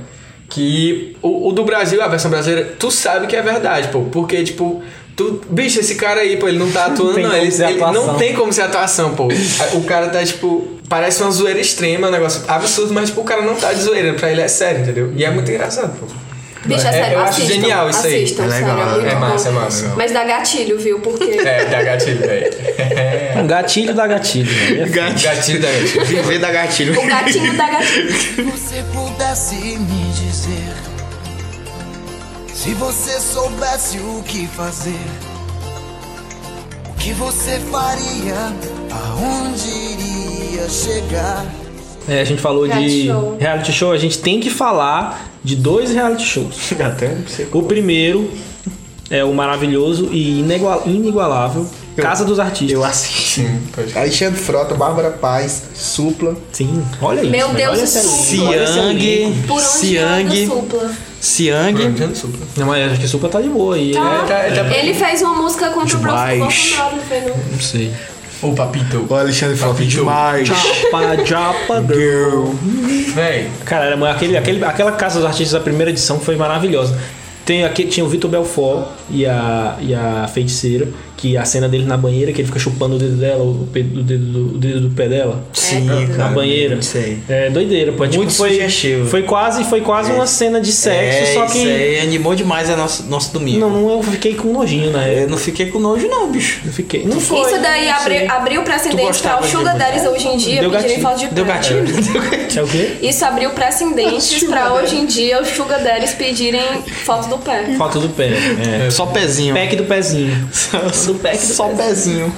D: Que o, o do Brasil, a versão brasileira, tu sabe que é verdade, pô. Porque, tipo, tu. Bicho, esse cara aí, pô, ele não (laughs) tá atuando,
B: tem
D: não.
B: como
D: Ele,
B: ser
D: ele
B: atuação.
D: não tem como ser atuação, (laughs) pô. O cara tá, tipo. Parece uma zoeira extrema, um negócio absurdo, mas, tipo, o cara não tá de zoeira. Pra ele é sério, entendeu? E é muito engraçado, pô.
C: Bicho, é,
D: É,
C: sério,
D: eu acho
C: assistam.
D: genial isso aí.
C: assistam,
A: É legal,
C: sério, muito
D: é
C: bom.
D: massa, é massa.
C: Mas dá gatilho, viu? Porque.
D: É, dá gatilho, velho. (laughs)
B: Um gatilho da gatilho. né?
D: Gatilho da gatilho.
A: Viver da gatilho.
C: O gatinho dá gatilho.
H: você pudesse me dizer Se você soubesse o que fazer O que você faria Aonde iria chegar
B: É, a gente falou
C: Reality
B: de
C: show.
B: reality show, a gente tem que falar de dois reality (laughs) shows. O primeiro é o maravilhoso e inegua- inigualável Casa dos Artistas. Eu assisti.
D: Sim, pode
A: Assim.
D: crer.
A: Alexandre Frota, Bárbara Paz, Supla.
B: Sim, olha isso.
C: Meu
B: velho,
C: Deus,
B: olha
C: isso é
B: esse
C: tudo.
B: elenco, olha esse elenco.
A: Siang.
C: Por onde anda
A: Siang.
C: supla?
A: Siang.
D: Grande supla.
B: Não, mas acho que Supla tá de boa aí. né?
C: Tá.
D: Tá- tá-
C: Ele fez uma música contra
A: Demais.
C: o Bolsonaro, não fez não?
B: Não sei.
D: Ô, papito.
A: O Alexandre Frota
D: Papi Joe.
A: demais.
B: (laughs) Japa, japa,
A: Girl.
D: Véi.
B: Cara, era, aquele, aquele, aquela Casa dos Artistas, a primeira edição foi maravilhosa. Tem, aqui, tinha o Vitor Belfort e a, e a feiticeira, que a cena dele na banheira, que ele fica chupando o dedo dela, o, pe- o dedo, do, o dedo do pé dela.
A: Sim,
C: tá.
B: Na banheira.
A: Sei.
B: É doideira, pô. Tipo,
A: Muito
B: foi,
A: sugestivo.
B: Foi quase, foi quase uma cena de sexo,
A: é,
B: só
A: Isso
B: que.
A: aí animou demais a nosso, nosso domingo.
B: Não, não, eu fiquei com nojinho, né?
A: Eu não fiquei com É, nojo, não, bicho.
B: Eu fiquei. Não foi.
C: Isso daí
B: não sei.
C: abriu, abriu precedente pra
A: gostava
C: o
A: de
C: Sugar Daddies hoje em dia
B: Deu
C: pedirem
B: gatilho.
C: foto de
A: Deu
C: pé.
A: gatilho?
B: É o quê?
C: Isso abriu precedentes pra hoje em dia os Sugar Daddies pedirem foto do pé.
B: Foto do pé. É.
A: Só pezinho.
B: Pack do pezinho.
A: Só- Só um pezinho.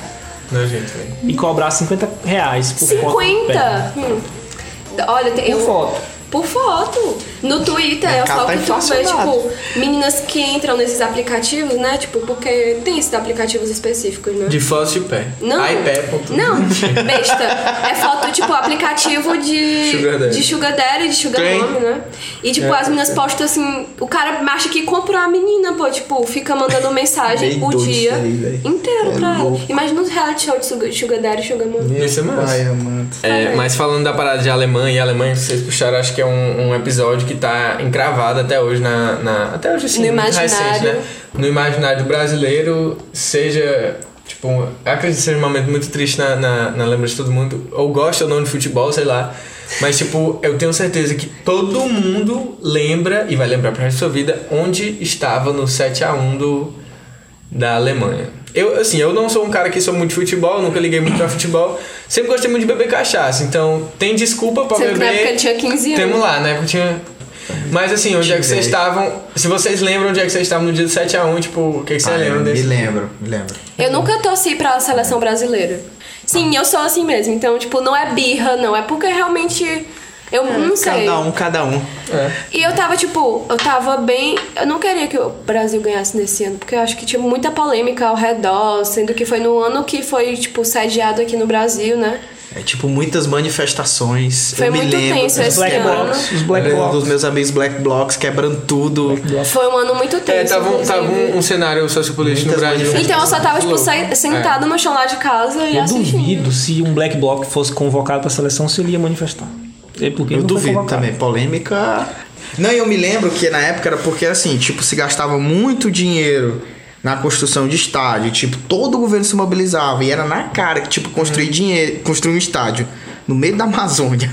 D: Nojento, velho.
B: E cobrar 50 reais por foto. do
C: 50?
B: pé.
C: Hum. Olha, tem, eu,
B: Por foto.
C: Por foto. No Twitter, eu
A: cara
C: falo
A: tá
C: que tu vê,
A: inflacionado.
C: tipo, meninas que entram nesses aplicativos, né? Tipo, porque tem esses aplicativos específicos, né?
D: De fotos de pé.
C: Não.
D: iPad. ponto.
C: Não, besta. É foto, tipo, aplicativo de
D: Sugar daddy.
C: de Sugar Daddy, de Sugar
A: Tem. É.
C: Mom, né? E, tipo, as meninas postam assim. O cara acha que comprou a menina, pô. Tipo, fica mandando mensagem
A: Bem
C: o
A: doido
C: dia
A: isso aí, velho.
C: inteiro
A: É
C: pra ela.
A: louco.
C: Imagina os reality show de Sugar, Sugar Daddy e Sugar Mom.
D: Isso é massa.
A: Ai, mano.
D: É, mas falando da parada de Alemanha e Alemanha, que vocês puxaram, acho que é um, um episódio que tá encravado até hoje na. na- até hoje assim,
C: No
D: muito recente,
C: imaginário.
D: né? No imaginário brasileiro, seja. Tipo, um- eu acredito que seja um momento muito triste na, na, na lembrança de todo mundo, ou gosta ou não de futebol, sei lá. Mas, tipo, eu tenho certeza que todo mundo lembra, e vai lembrar pro resto da sua vida, onde estava no 7x1 do, da Alemanha. Eu, assim, eu não sou um cara que sou muito de futebol, nunca liguei muito pra futebol. Sempre gostei muito de beber cachaça, então tem desculpa pra
C: Sendo que
D: beber.
C: na época eu tinha 15 anos.
D: Temos lá, na época eu tinha. Mas assim, onde é que vocês estavam? Se vocês lembram onde é que vocês estavam no dia do 7x1, tipo, o que, que vocês lembram
A: Ah, me
D: desse?
A: lembro, me lembro.
C: Eu nunca torci pra seleção brasileira. Sim, eu sou assim mesmo. Então, tipo, não é birra, não. É porque realmente. Eu não sei.
A: Cada um, cada um.
C: E eu tava, tipo, eu tava bem. Eu não queria que o Brasil ganhasse nesse ano, porque eu acho que tinha muita polêmica ao redor, sendo que foi no ano que foi, tipo, sediado aqui no Brasil, né?
A: É tipo muitas manifestações.
C: Foi
A: eu me
C: muito
A: lembro.
C: tenso
A: dos
C: esse
A: Black
C: ano.
A: Blocs.
B: Os Black
A: Eu lembro
B: Blocs.
A: Dos meus amigos Black Blocks quebrando tudo.
C: Foi um ano muito tenso.
D: É, tava, um-
C: inclusive.
D: tava um, um cenário sociopolítico no
A: Muitas
D: Brasil.
C: Então eu só tava, tipo,
D: Louco. É.
C: sai- sentada no chão lá de casa e
B: Eu
C: assistindo.
B: duvido se um Black Bloc fosse convocado pra seleção se ele ia manifestar. É porque
A: Eu
B: não foi
A: duvido
B: convocado.
A: também. Polêmica. Não, e eu me lembro que na época era porque assim, tipo, se gastava muito dinheiro na construção de estádio. Tipo, todo o governo se mobilizava e era na cara que, tipo, construir dinheiro, construir um estádio. No meio da Amazônia.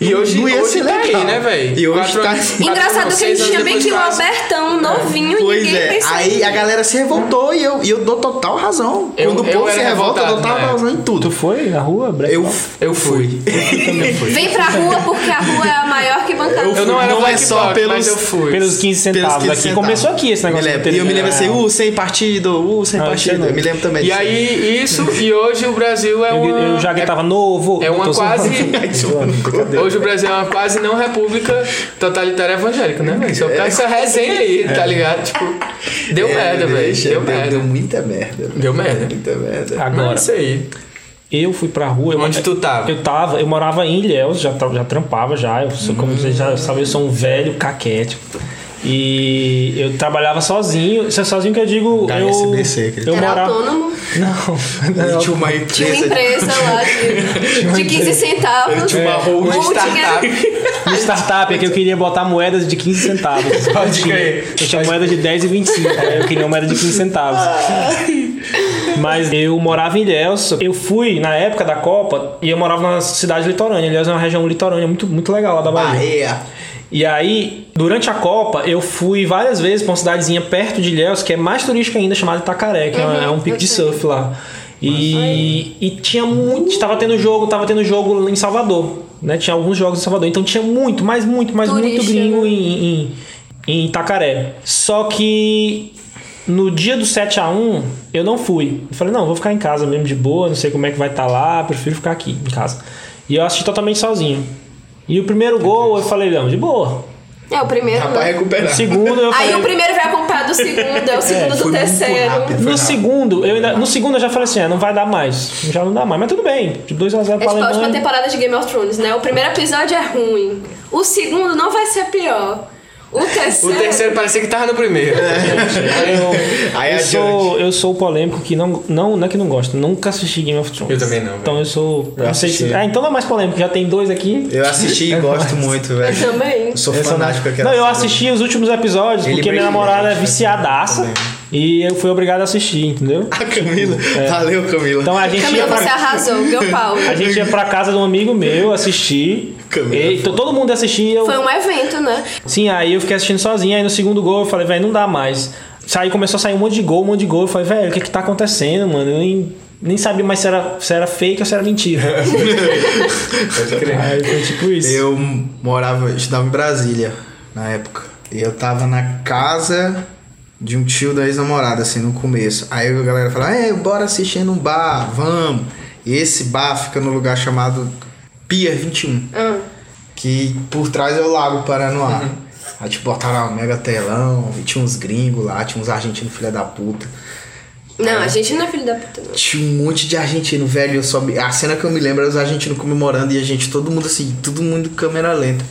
D: E
A: Não-
D: hoje-
A: não ia
D: hoje
A: ser
D: tá aí,
A: legal.
D: né, véi?
A: E hoje
D: Quatro
A: tá.
D: anos-
C: Engraçado que a
D: Seis
C: gente tinha
D: anos
C: bem que um
D: depois quase. É.
C: Albertão novinho e
A: Pois
C: ninguém
A: é,
C: pensou
A: aí
C: em-
A: a galera se revoltou e eu, e eu dou total razão.
D: Eu-
A: Quando o
D: eu
A: povo se
D: era
A: revolta, eu dou
D: revoltado na
A: total
D: época.
A: razão em
B: Tu
A: tudo.
B: foi na rua, Black
A: Eu,
B: Bloc?
D: Eu fui. (laughs)
C: Vem pra rua porque a rua é a maior que bancada.
D: Eu não era
A: Não é
D: Black
A: só
D: Bloc,
A: pelos-
D: mas eu fui.
B: Pelos 15
A: Pelos
B: centavos
A: 15
B: aqui.
A: centavos.
B: Começou aqui esse negócio.
A: Me
B: da
A: lembro. E eu me lembro assim,
B: televisão.
A: uh, sem partido, uh, sem
B: Ah,
A: partido.
B: isso é
A: Eu me lembro também
D: E
A: disso.
D: aí, isso, e hoje o Brasil é
B: Eu,
D: uma...
B: eu já gritava novo.
D: é uma
B: tô zoando.
D: quase-
B: Tô zoando, brincadeira.
D: Hoje o
A: né?
D: Brasil é uma quase não república totalitária evangélica, né, velho? Só por causa dessa resenha aí, tá ligado? Tipo, deu
A: É,
D: merda, velho.
A: bicho,
D: Deu, merda.
A: Deu muita merda.
D: Deu merda.
A: Muita merda.
D: Mas é
B: Agora,
D: isso aí.
B: eu fui pra rua. eu-
D: Onde tu tava?
B: Eu tava, eu morava em Ilhéus, já, tra- já trampava já. Eu sou, como vocês já sabem, eu sou um velho caquete. E eu trabalhava sozinho. Isso é sozinho que eu digo.
A: Da
B: eu,
A: SBC, aquele-
B: eu
C: Era
B: morava.
C: autônomo,
A: E É, tinha uma empresa. É.
C: tinha uma empresa lá de, de 15 centavos. Um
B: Tinha uma
C: ou
D: Uma
C: dinheiro-
D: startup.
B: No startup é que eu queria botar moedas de 15 centavos.
D: Pode crer.
A: Ah,
B: Eu tinha moeda de 10 e 25. Aí eu queria uma moeda de 15 centavos. Mas eu morava em Ilhéus. Eu fui na época
D: Ah,
B: da Copa e eu morava na cidade litorânea. Ilhéus é uma região litorânea muito, muito legal lá da Bahia.
A: Bahia.
B: E aí, durante a Copa, eu fui várias vezes pra uma cidadezinha perto de Ilhéus, que é mais turística ainda, chamada Itacaré, que é um- é um pico de surf lá. E, e tinha muito. Tava tendo jogo, tava tendo jogo em Salvador. Né? Tinha alguns jogos em Salvador. Então tinha muito, mas muito, mas muito
C: Turista,
B: gringo
C: né?
B: em, em, em Itacaré. Só que no dia do 7x1, eu não fui. Eu falei, não, vou ficar em casa mesmo de boa, não sei como é que vai estar lá, prefiro ficar aqui em casa. E eu assisti totalmente sozinho. E o primeiro gol, eu falei, não, de boa.
C: É, o primeiro.
A: Vai
C: né?
B: No
A: recuperar.
B: segundo, eu
C: Aí
B: falei,
C: o primeiro vai acompanhado do segundo, é o segundo do terceiro.
B: No segundo, eu ainda, no segundo eu já falei assim, ah, não vai dar mais. Já não dá mais, mas tudo bem. De 2x0
C: É
B: pra
C: tipo a última
B: Alemanha.
C: temporada de Game of Thrones, né? O primeiro episódio é ruim. O segundo não vai ser pior. O
D: O
C: terceiro.
D: terceiro parecia que tava no primeiro.
A: É. (laughs)
B: Eu,
A: Aí
B: eu
A: adiante.
B: sou, eu sou o polêmico que não, não, não é que não gosta, nunca assisti Game of Thrones.
D: Eu também não, velho.
B: Então eu sou.
A: Eu
B: não sei se-
A: assisti.
B: ah, então não é mais polêmico, já tem dois aqui.
A: Eu assisti e gosto muito, velho.
C: Também.
A: Eu sou fanático daquela
B: Não, eu
A: série.
B: assisti os últimos episódios
A: Ele né?
B: porque minha
A: brilha,
B: namorada é
A: gente,
B: viciadaça e eu fui obrigado a assistir, entendeu?
A: A Ah, Camila.
D: É.
A: Valeu, Camila.
B: Então a gente
C: Camila,
B: ia pra-
C: você arrasou, deu pau.
B: A gente ia pra casa de um amigo meu assistir.
A: Camila, é
B: E to- todo mundo assistia. eu-
C: Foi um evento, né?
B: Sim, aí eu fiquei assistindo sozinho. Aí no segundo gol eu falei, velho, não dá mais. Aí começou a sair um monte de gol, um monte de gol. Eu falei, velho, o que que tá acontecendo, mano? Eu nem, nem sabia mais se era, se era fake ou se era mentira.
D: (laughs) É.
B: aí foi tipo isso.
A: Eu morava, estudava em Brasília na época. E eu tava na casa de um tio da ex-namorada, assim, no começo. Aí a galera falava, é, bora assistir num bar, vamos. E esse bar fica num lugar chamado Pier 21.
C: Ah.
A: Que por trás é o Lago Paranoá. Aí tipo, botaram um mega telão, e tinha uns gringos lá, tinha uns argentinos filha da puta.
C: Não, a gente não é filho da puta, não.
A: Tinha um monte de argentino, velho. Eu só... me- A cena que eu me lembro era os argentinos comemorando e a gente, todo mundo assim, todo mundo câmera lenta.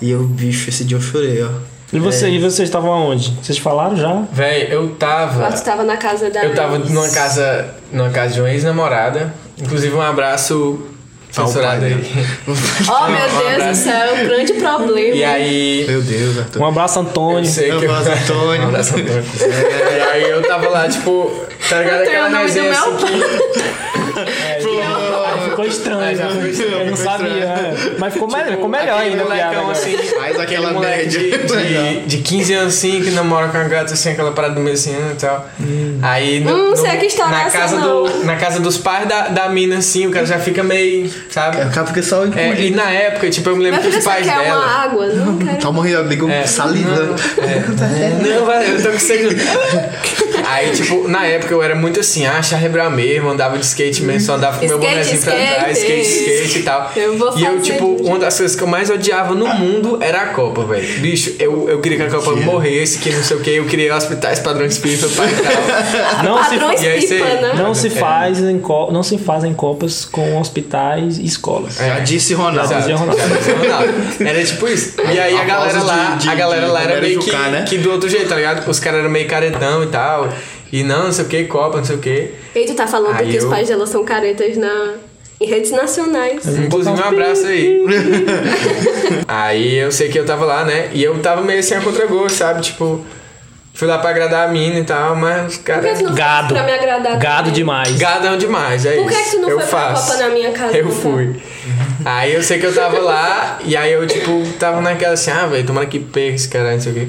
A: E eu, bicho, esse dia eu chorei, ó. É.
B: E,
D: É.
B: você, e vocês estavam aonde? Vocês falaram já?
D: Véi, eu tava.
C: Lá tu tava na casa da.
D: Eu tava numa casa, numa casa de uma ex-namorada. Inclusive, um abraço censurado aí.
A: né?
C: Oh, meu Deus do céu, é um grande problema.
D: um E aí.
A: Meu Deus, Arthur.
B: Um abraço, Antônio.
D: sei
A: Um
D: que eu-
A: abraço, Antônio.
D: (laughs) Um abraço, Antônio. É, E aí eu tava lá, tipo, tá ligado
C: Eu tenho
D: aquela
C: o nome do
D: resenha assim
C: meu
D: que.
C: pai.
B: Aí ficou estranho,
D: Aí É, já
B: né?
D: tá ficou estranho,
B: Eu não
D: ficou Tipo,
B: sabia. é. Mas ficou melhor, ficou melhor
D: aquele
B: ainda a piada. né?
D: molecão,
B: agora.
D: assim,
A: Faz
D: aquele
A: aquela
D: moleque
A: média.
D: de, de, de 15 anos assim, que namora com a gata assim, aquela parada do meio assim e tal. Aí no,
C: Hum,
D: no-
C: sei que história é
D: na
C: essa,
D: casa
C: não.
D: do Na casa dos pais da, da mina, assim, o cara já fica meio. Sabe?
A: O cara fica só
D: É, e
A: encolhido.
D: na época, tipo, eu me
C: Minha
D: lembro
C: filha
D: que os
C: só
D: pais
C: quer
D: dela.
C: é uma água, não quero.
A: Tá morrendo, amigo,
D: É.
A: salivando.
D: Não, vai, eu tô com sede. (laughs) Aí, tipo, na época eu era muito assim, ah, charrebrar mesmo, andava de skate mesmo, só andava com meu
C: Skate,
D: bonezinho pra
C: skate.
D: trás, skate, skate e tal.
C: Eu vou
D: e eu,
C: fazer
D: tipo,
C: isso.
D: uma das coisas que eu mais odiava no mundo era a Copa, velho. Bicho, eu, eu queria que a Copa morresse, que não sei o que, eu queria hospitais padrão espírita pra e tal.
B: Não se,
C: Padrões
D: E aí
C: pipa,
D: você-
C: né?
B: não se
D: É.
B: faz em co- não se fazem copas com hospitais e escolas.
A: (laughs)
D: É.
A: Já disse Ronaldo.
D: Exato.
B: Dizia Ronaldo.
D: Era tipo isso. E aí a
A: Aplausos
D: galera lá,
A: de- de-
D: a galera
A: de
D: lá era
A: Romero
D: meio
A: Jucá,
D: que,
A: né?
D: que do outro jeito, tá ligado? Os caras eram meio caretão e tal. E não, não sei o que, Copa, não sei o que.
C: E tu tá falando
D: Aí
C: que os
D: eu-
C: pais dela são caretas na... em redes nacionais.
D: Inclusive, um abraço
C: (laughs)
D: aí. aí eu sei que eu tava lá, né? E eu tava meio assim a contragosto, sabe? Tipo, fui lá pra agradar a mina e tal, mas os
C: Por que
D: caras.
C: tu não
B: Gado.
C: fez pra me agradar?
B: Gado
C: também?
B: demais.
D: Gadão demais, é
C: Por que
D: isso.
C: que tu não
D: eu
C: foi pra
D: faço.
C: Copa na minha casa,
D: Eu
C: então?
D: fui. Aí eu sei que eu tava lá, e aí eu, tipo, tava naquela assim, ah, velho, tomara que pega esse cara, não sei o quê.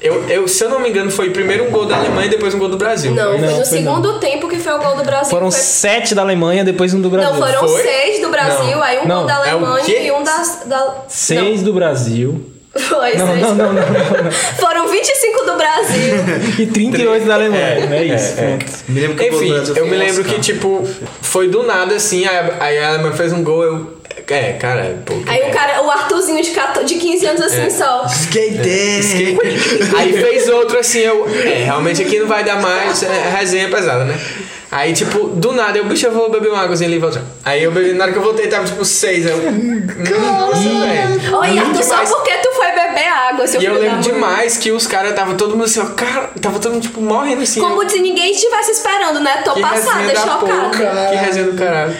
D: Eu, eu, se eu não me engano, foi primeiro um gol da Alemanha e depois um gol do Brasil.
C: Não, foi
B: Não,
C: no
B: foi
C: segundo tempo que foi o gol do Brasil.
B: Foram
C: foi...
B: sete da Alemanha, depois um do Brasil.
C: Não, foram
D: Foi?
C: seis do Brasil,
D: Não.
C: aí um
B: Não,
C: gol da
D: é o
C: Alemanha
D: quê?
C: e um das, da.
B: Seis do Brasil.
C: Não, (laughs) foi,
B: Não,
C: seis.
B: não, não, não, não.
C: Foram 25 do
D: (laughs)
C: Brasil.
B: E 38 da Alemanha. É,
D: É,
B: isso.
D: é, é.
B: pronto.
A: Me lembro que o
D: Enfim,
A: Brasil foi
D: eu me
A: um
D: lembro
A: Oscar.
D: que, tipo, foi do nada assim, aí, aí a Alemanha fez um gol, eu. É, cara, pô. que
C: aí o
D: merda.
C: cara, o Arthurzinho de, 14 de 15 anos assim
D: É.
C: só.
A: Skate!
D: (laughs) Aí fez outro assim, eu. É, realmente aqui não vai dar mais, é, a resenha é pesada, né? Aí, tipo, do nada, eu, bicho, eu vou beber uma águazinha ali e voltar. Aí eu bebi, na hora que eu voltei, tava tipo seis. Aí eu. Nossa, velho.
C: Oi,
D: Lembro
C: Arthur, só
D: demais.
C: porque tu foi beber água, seu
D: E
C: filho
D: eu lembro
C: da mãe.
D: demais que os caras tava todo mundo assim, ó, cara, tava todo mundo tipo morrendo assim.
C: Como
D: eu,
C: se ninguém estivesse esperando, né? Tô
D: que
C: passada,
D: resenha da
C: chocada.
D: porra, Que resenha do caralho.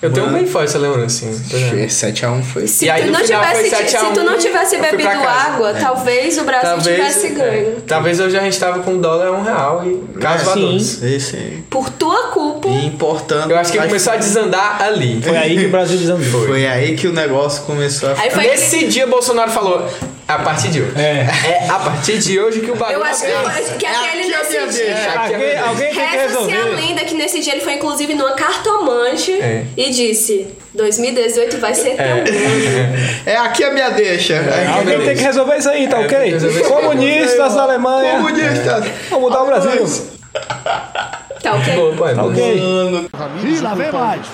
D: Eu tenho bem forte essa lembrança, assim. pois é.
A: 7x1 foi.
C: Se,
D: E aí,
C: tu não,
D: no final, foi
C: tivesse,
D: 7 a
C: se tu
D: 1,
C: não tivesse
D: eu fui pra
C: bebido
D: casa. É.
C: água, talvez o Brasil tivesse ganho.
D: Talvez hoje a gente tava com o dólar um real e caso
B: sim.
D: valores.
A: Esse aí.
C: Por tua culpa,
A: E importando.
D: Eu acho que começou a desandar ali.
B: Foi aí que o Brasil desandou.
A: Foi aí que o negócio começou a
C: Aí foi
D: Nesse dia Bolsonaro falou, a partir de hoje.
B: É.
D: É a partir de hoje que o bagulho
C: Eu acho que, eu acho que aquele nesse dia.
D: Aqui
B: Alguém,
D: é meu
B: alguém tem que
C: Resta-se a
B: resolver.
C: lenda que nesse dia ele foi inclusive numa cartomante
D: É.
C: e disse: 2018 vai ser teu ano.
A: É aqui a minha deixa. É,
B: Alguém tem que resolver isso aí, tá
D: tem que
B: ok?
D: resolver isso aí.
B: Comunistas da Alemanha.
A: Comunista.
B: Vamos mudar o Brasil.
C: Tá ok?
D: Boa, boa, boa.
B: Ok.
I: E lá vem mais.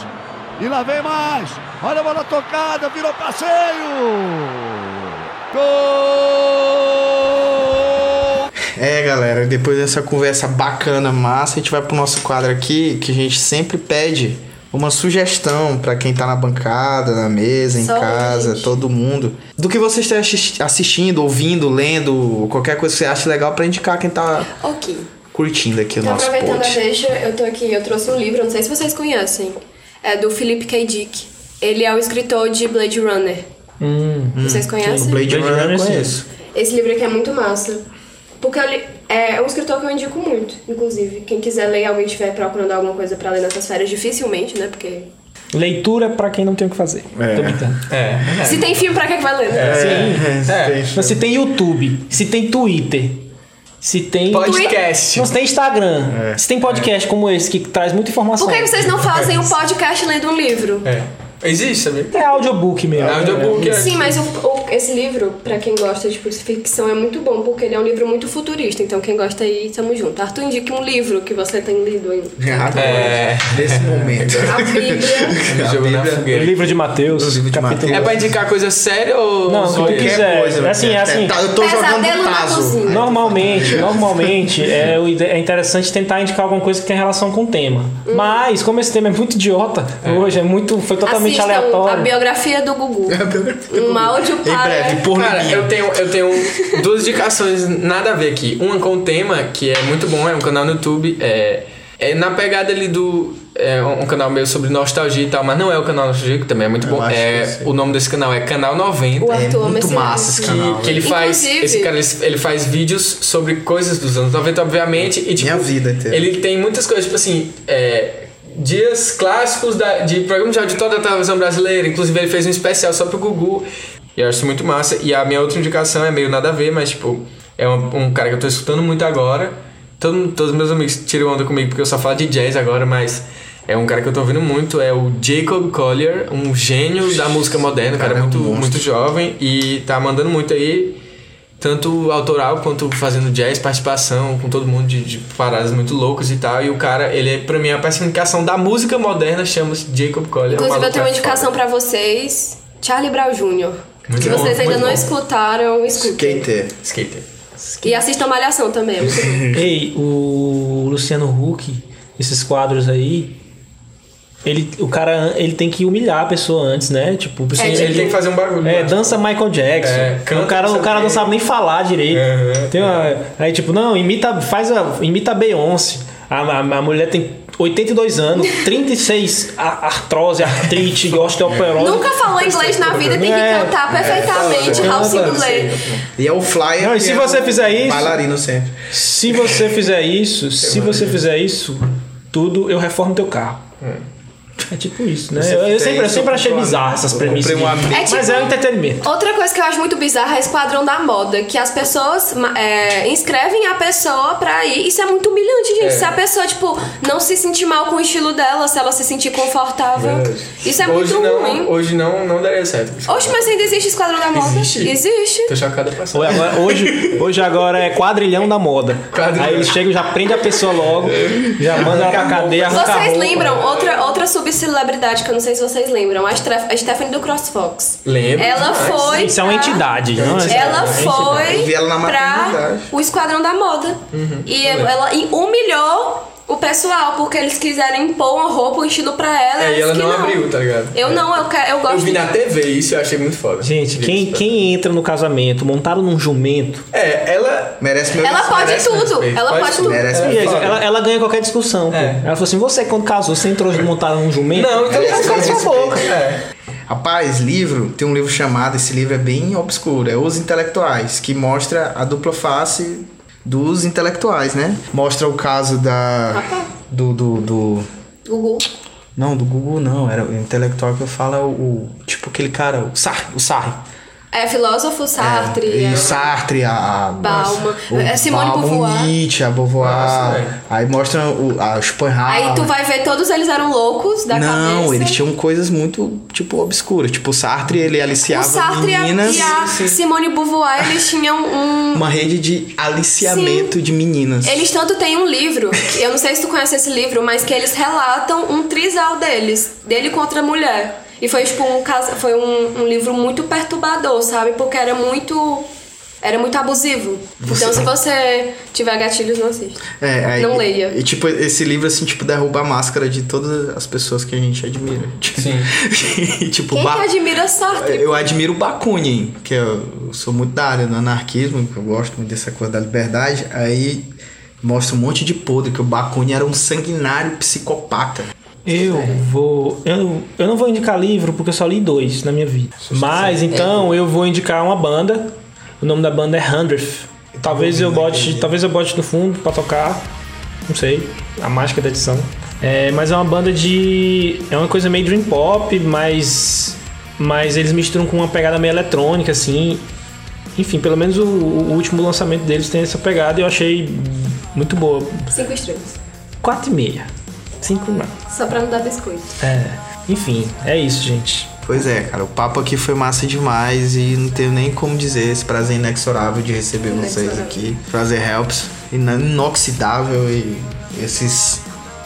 I: E lá vem mais. Olha a bola tocada, virou passeio. Gol!
A: É, galera, depois dessa conversa bacana, massa, a gente vai pro nosso quadro aqui que a gente sempre pede uma sugestão pra quem tá na bancada, na mesa, em
C: Só um
A: casa,
C: gente.
A: todo mundo. Do que você está assis- assistindo, ouvindo, lendo, qualquer coisa que você acha legal pra indicar quem tá
C: Ok.
A: curtindo aqui o
C: Então,
A: nosso
C: aproveitando a
A: pod.
C: deixa, eu tô aqui, eu trouxe um livro, não sei se vocês conhecem. É do Philip K. Dick. Ele é o escritor de Blade Runner.
B: Hum.
D: Hum,
C: vocês
D: é
C: conhecem?
A: Blade Runner eu conheço.
C: Esse livro aqui é muito massa. Porque eu li- é um escritor que eu indico muito, inclusive. Quem quiser ler, alguém estiver procurando alguma coisa pra ler nessas férias, dificilmente, né? Porque.
B: Leitura pra quem não tem o que fazer. Tô brincando.
D: É.
C: Se tem filme, pra que, que vai ler, né?
B: Sim.
D: É.
A: (laughs)
B: Mas Então, se tem YouTube, se tem Twitter, se tem.
D: Podcast.
B: Não, se tem Instagram,
D: É.
B: se tem podcast como esse que traz muita informação.
C: Por que que vocês não fazem um podcast lendo um livro?
D: É. Existe, sabia?
B: É audiobook mesmo.
D: É audiobook, é.
C: Sim, mas o- o- esse livro, pra quem gosta de ficção, é muito bom, porque ele é um livro muito futurista. Então, quem gosta aí, tamo junto. Arthur, indique um livro que você tem lido ainda.
D: É.
A: Nesse momento. (laughs)
C: A (laughs) Bíblia.
D: Me jogou na fogueira.
B: Livro de Mateus.
A: Livro de
B: capítulo-
D: É pra indicar coisa séria ou
B: Não,
D: zoeira?
B: qualquer quiser. É assim, é assim.
A: Tá, eu tô
C: Pesadelo
A: jogando
C: na
A: taso.
C: cozinha.
B: Normalmente, normalmente é, o ide- é interessante tentar indicar alguma coisa que tem relação com o tema.
C: Hum.
B: Mas, como esse tema é muito idiota, hoje é muito. Foi totalmente
C: Assistam a
B: aleatório.
C: biografia
A: (laughs)
C: do Gugu. um áudio
A: Em
C: para...
A: breve, por
D: Cara, eu tenho, eu tenho duas indicações nada a ver aqui. Uma com o tema, que é muito bom, é um canal no YouTube. É, é na pegada ali do. É um canal meio sobre nostalgia e tal, mas não é o canal nostalgia, que também é muito bom.
A: acho que eu
D: É,
A: sei.
D: o nome desse canal é Canal 90.
C: O Arthur, ama
A: muito
C: esse
A: massa esse
C: livro.
A: canal. né?
D: Que, que ele faz.
C: Inclusive-
D: Esse cara ele, ele faz vídeos sobre coisas dos anos 90, obviamente. E, tipo,
A: Minha vida inteira.
D: Ele tem muitas coisas, tipo assim. é, dias clássicos da- de programa de auditório da televisão brasileira. Inclusive, ele fez um especial só pro Gugu. E eu acho isso muito massa. E a minha outra indicação é meio nada a ver, mas, tipo, é um, um cara que eu tô escutando muito agora. Todo, mundo- todos meus amigos tiram onda comigo porque eu só falo de jazz agora, mas. É um cara que eu tô ouvindo muito, é o Jacob Collier, um gênio da música moderna, um cara,
A: Cara, é um
D: muito,
A: monstro.
D: muito jovem e tá mandando muito aí, tanto autoral quanto fazendo jazz, participação com todo mundo de, de paradas muito loucas e tal. E o cara, ele é pra mim a personificação da música moderna, chama-se Jacob Collier.
C: Inclusive,
D: maluco
C: eu tenho uma
D: é
C: indicação pra vocês. Charlie Brown Jr.
D: Muito
C: Se
D: bom,
C: vocês ainda
D: muito
C: não
D: bom.
C: escutaram, escutem.
A: Skater.
D: foda. Skater.
C: E assistam Malhação também. é muito bom.
B: Ei, o Luciano Huck, esses quadros aí. Ele, o cara ele tem que humilhar a pessoa antes, né? Tipo,
C: É,
D: Ele,
C: tipo,
D: tem que fazer um bagulho.
B: É,
D: né?
B: dança Michael Jackson.
D: É, canta
B: o cara, o
D: não sei
B: cara
D: o
B: não
D: quê.
B: sabe nem falar direito.
D: Uhum.
B: Tem uma- aí, tipo, não, imita, faz a, imita a Beyoncé. A, a, a mulher tem 82 anos, 36 a- artrose, artrite, osteoporose.
C: Nunca falou inglês na vida, tem que
B: É.
C: cantar perfeitamente.
B: É.
C: House
B: Canta,
C: Blake.
A: E é o flyer.
B: Não, e
A: que
B: se
A: é
B: você
A: o
B: fizer isso-
A: Bailarino sempre.
B: Se você fizer isso, se você fizer isso, tudo, eu reformo teu carro. É tipo isso, né? Eu, eu sempre, eu sempre achei bizarro essas premissas.
A: comprei um
B: de-
A: amigo.
C: É
B: Mas
C: tipo-
B: é um entretenimento.
C: Outra coisa que eu acho muito bizarra é Esquadrão da Moda, que as pessoas ma- é, inscrevem a pessoa pra ir. Isso é muito humilhante, gente. Se a pessoa, tipo, não se sentir mal com o estilo dela, se ela se sentir confortável. Isso é
D: hoje
C: muito
D: não,
C: ruim.
D: Hoje não, não daria certo.
C: Oxe, mas ainda existe Esquadrão da Moda?
D: Existe. Tô chocada pra
B: Ou agora- hoje, hoje agora é quadrilhão da moda.
D: Quadrilhão.
B: Aí eles chegam, já prende a pessoa logo, já manda ela pra cadeia, arranca a
C: Vocês
B: roupa.
C: lembram? Outra, outra subcelebridade que eu não sei se vocês lembram. A, Stref- a Stephanie do CrossFox.
D: Lembro.
C: Ela foi.
B: Isso é uma
C: pra-
B: entidade, não é?
A: Eu
C: Ela foi
A: vi ela na
C: pra
A: maternidade.
B: Uhum.
C: o Esquadrão da Moda. E ela, ela humilhou o pessoal, porque eles quiserem impor uma roupa, um estilo pra ela.
D: É,
C: ela
D: e ela
C: disse
D: não,
C: que
D: abriu, tá ligado?
C: Eu
D: É.
C: não, eu, quero, eu gosto
D: Eu vi
C: de-
D: na TV isso e eu achei muito foda.
B: Gente,
D: Vi
B: quem,
D: isso,
B: quem entra no casamento montado num jumento,
D: É, ela.
A: Merece meu
C: Ela pode
D: Merece
C: tudo,
D: respeito,
C: ela
D: pode
C: pode
D: tudo.
C: tudo.
A: Merece
B: e
A: meu
B: aí,
D: É foda.
B: ela, ela ganha qualquer discussão. pô.
D: É.
B: Ela falou assim: você, quando casou, você entrou montado num jumento?
D: Não, então
A: Merece
D: cala sua
A: respeito.
D: boca. É.
A: Rapaz, livro, tem um livro chamado, esse livro é bem obscuro, é Os Intelectuais, que mostra a dupla face dos intelectuais, né? Mostra o caso da. Do, do, do-
C: Gugu.
A: Não, do Google não, era o intelectual que eu falo, é o, o- Tipo aquele cara, o Sartre. O Sartre.
C: É filósofo Sartre.
A: É,
C: é.
A: e Sartre, a. a-
C: Bauman.
A: o
C: É Simone
A: Bauman,
C: Beauvoir.
A: Nietzsche, a Beauvoir.
D: Nossa, velho.
A: aí mostra o, a Schopenhauer.
C: Aí tu vai ver, todos eles eram loucos da cabeça.
A: não, eles tinham coisas muito, tipo, obscuras. Tipo, o Sartre, ele
C: O
A: aliciava
C: Sartre é e a-
A: meninas.
C: e a Simone Beauvoir, eles tinham um...
A: Uma rede de aliciamento de meninas.
C: Eles tanto têm um livro, eu não sei se tu conhece esse livro, mas que eles relatam um trisal deles, dele contra a mulher. E foi tipo um caso, foi um, um livro muito perturbador, sabe? Porque era muito era muito abusivo. Então se você tiver gatilhos, não assista.
A: É, aí-
C: não leia.
A: E, tipo, esse livro, assim, tipo, derruba a máscara de todas as pessoas que a gente admira.
D: Sim.
A: E, (laughs) tipo,
C: Quem
A: ba-
C: que admira Sartre?
A: Eu admiro o Bakunin, que eu sou muito da área do anarquismo, que eu gosto muito dessa coisa da liberdade. Aí mostra um monte de podre, que o Bakunin era um sanguinário psicopata.
B: Eu vou. Eu, eu não vou indicar livro porque eu só li dois na minha vida. Mas então eu vou indicar uma banda. O nome da banda é Hundredth. Talvez eu bote. Talvez eu bote no fundo pra tocar. Não sei. A mágica da edição. É, mas é uma banda de. É uma coisa meio dream pop, mas. Mas eles misturam com uma pegada meio eletrônica, assim. Enfim, pelo menos o, o último lançamento deles tem essa pegada e eu achei muito boa.
C: Cinco estrelas.
B: 4,5. 5 não.
C: Só pra não dar biscoito.
B: É. Enfim, é isso, gente.
A: Pois é, cara, o papo aqui foi massa demais e não tenho nem como dizer esse prazer inexorável de receber vocês
C: Inexorável.
A: aqui. Prazer helps, ina- inoxidável e esses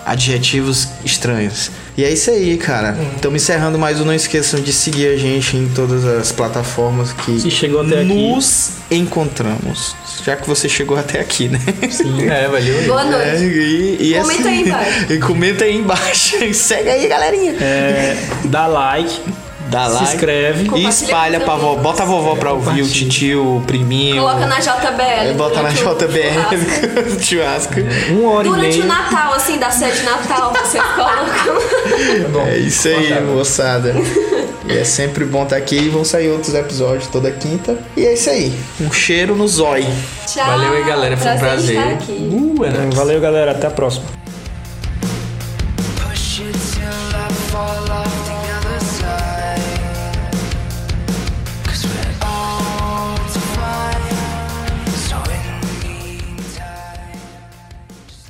A: adjetivos estranhos. E é isso aí, cara.
C: Hum.
A: Então me encerrando mais um, não esqueçam de seguir a gente em todas as plataformas que
B: Se chegou até aqui.
A: nos encontramos. Já que você chegou até aqui, né?
D: É, valeu.
C: Boa noite.
A: (laughs) É, e, e
C: Comenta aí
A: (laughs)
C: embaixo.
A: E comenta aí embaixo. (laughs) E segue aí, galerinha.
B: É, dá like,
A: Dá
B: se
A: like.
B: inscreve.
A: E
C: Compartilha
A: espalha
C: com
A: pra
C: os
A: vó.
C: amigos.
A: Bota a vovó pra ouvir o titio, o priminho.
C: Coloca na JBL.
A: É, Bota na
C: durante o churrasco.
A: JBL. (laughs) Churrasco.
B: Uma hora e
C: Durante o
B: meia.
C: Natal, assim, da sede de Natal,
A: (laughs)
C: vocês colocam.
A: É isso aí, moçada.
C: (laughs)
A: E é sempre bom estar aqui. E vão sair outros episódios toda quinta. E é isso aí. Um cheiro no zóio.
C: Tchau.
D: Valeu aí, galera, foi um
C: Estar
D: prazer.
C: tá aqui.
D: Uh, é nóis.
B: Valeu, galera. Até a próxima.
F: Push it till I fall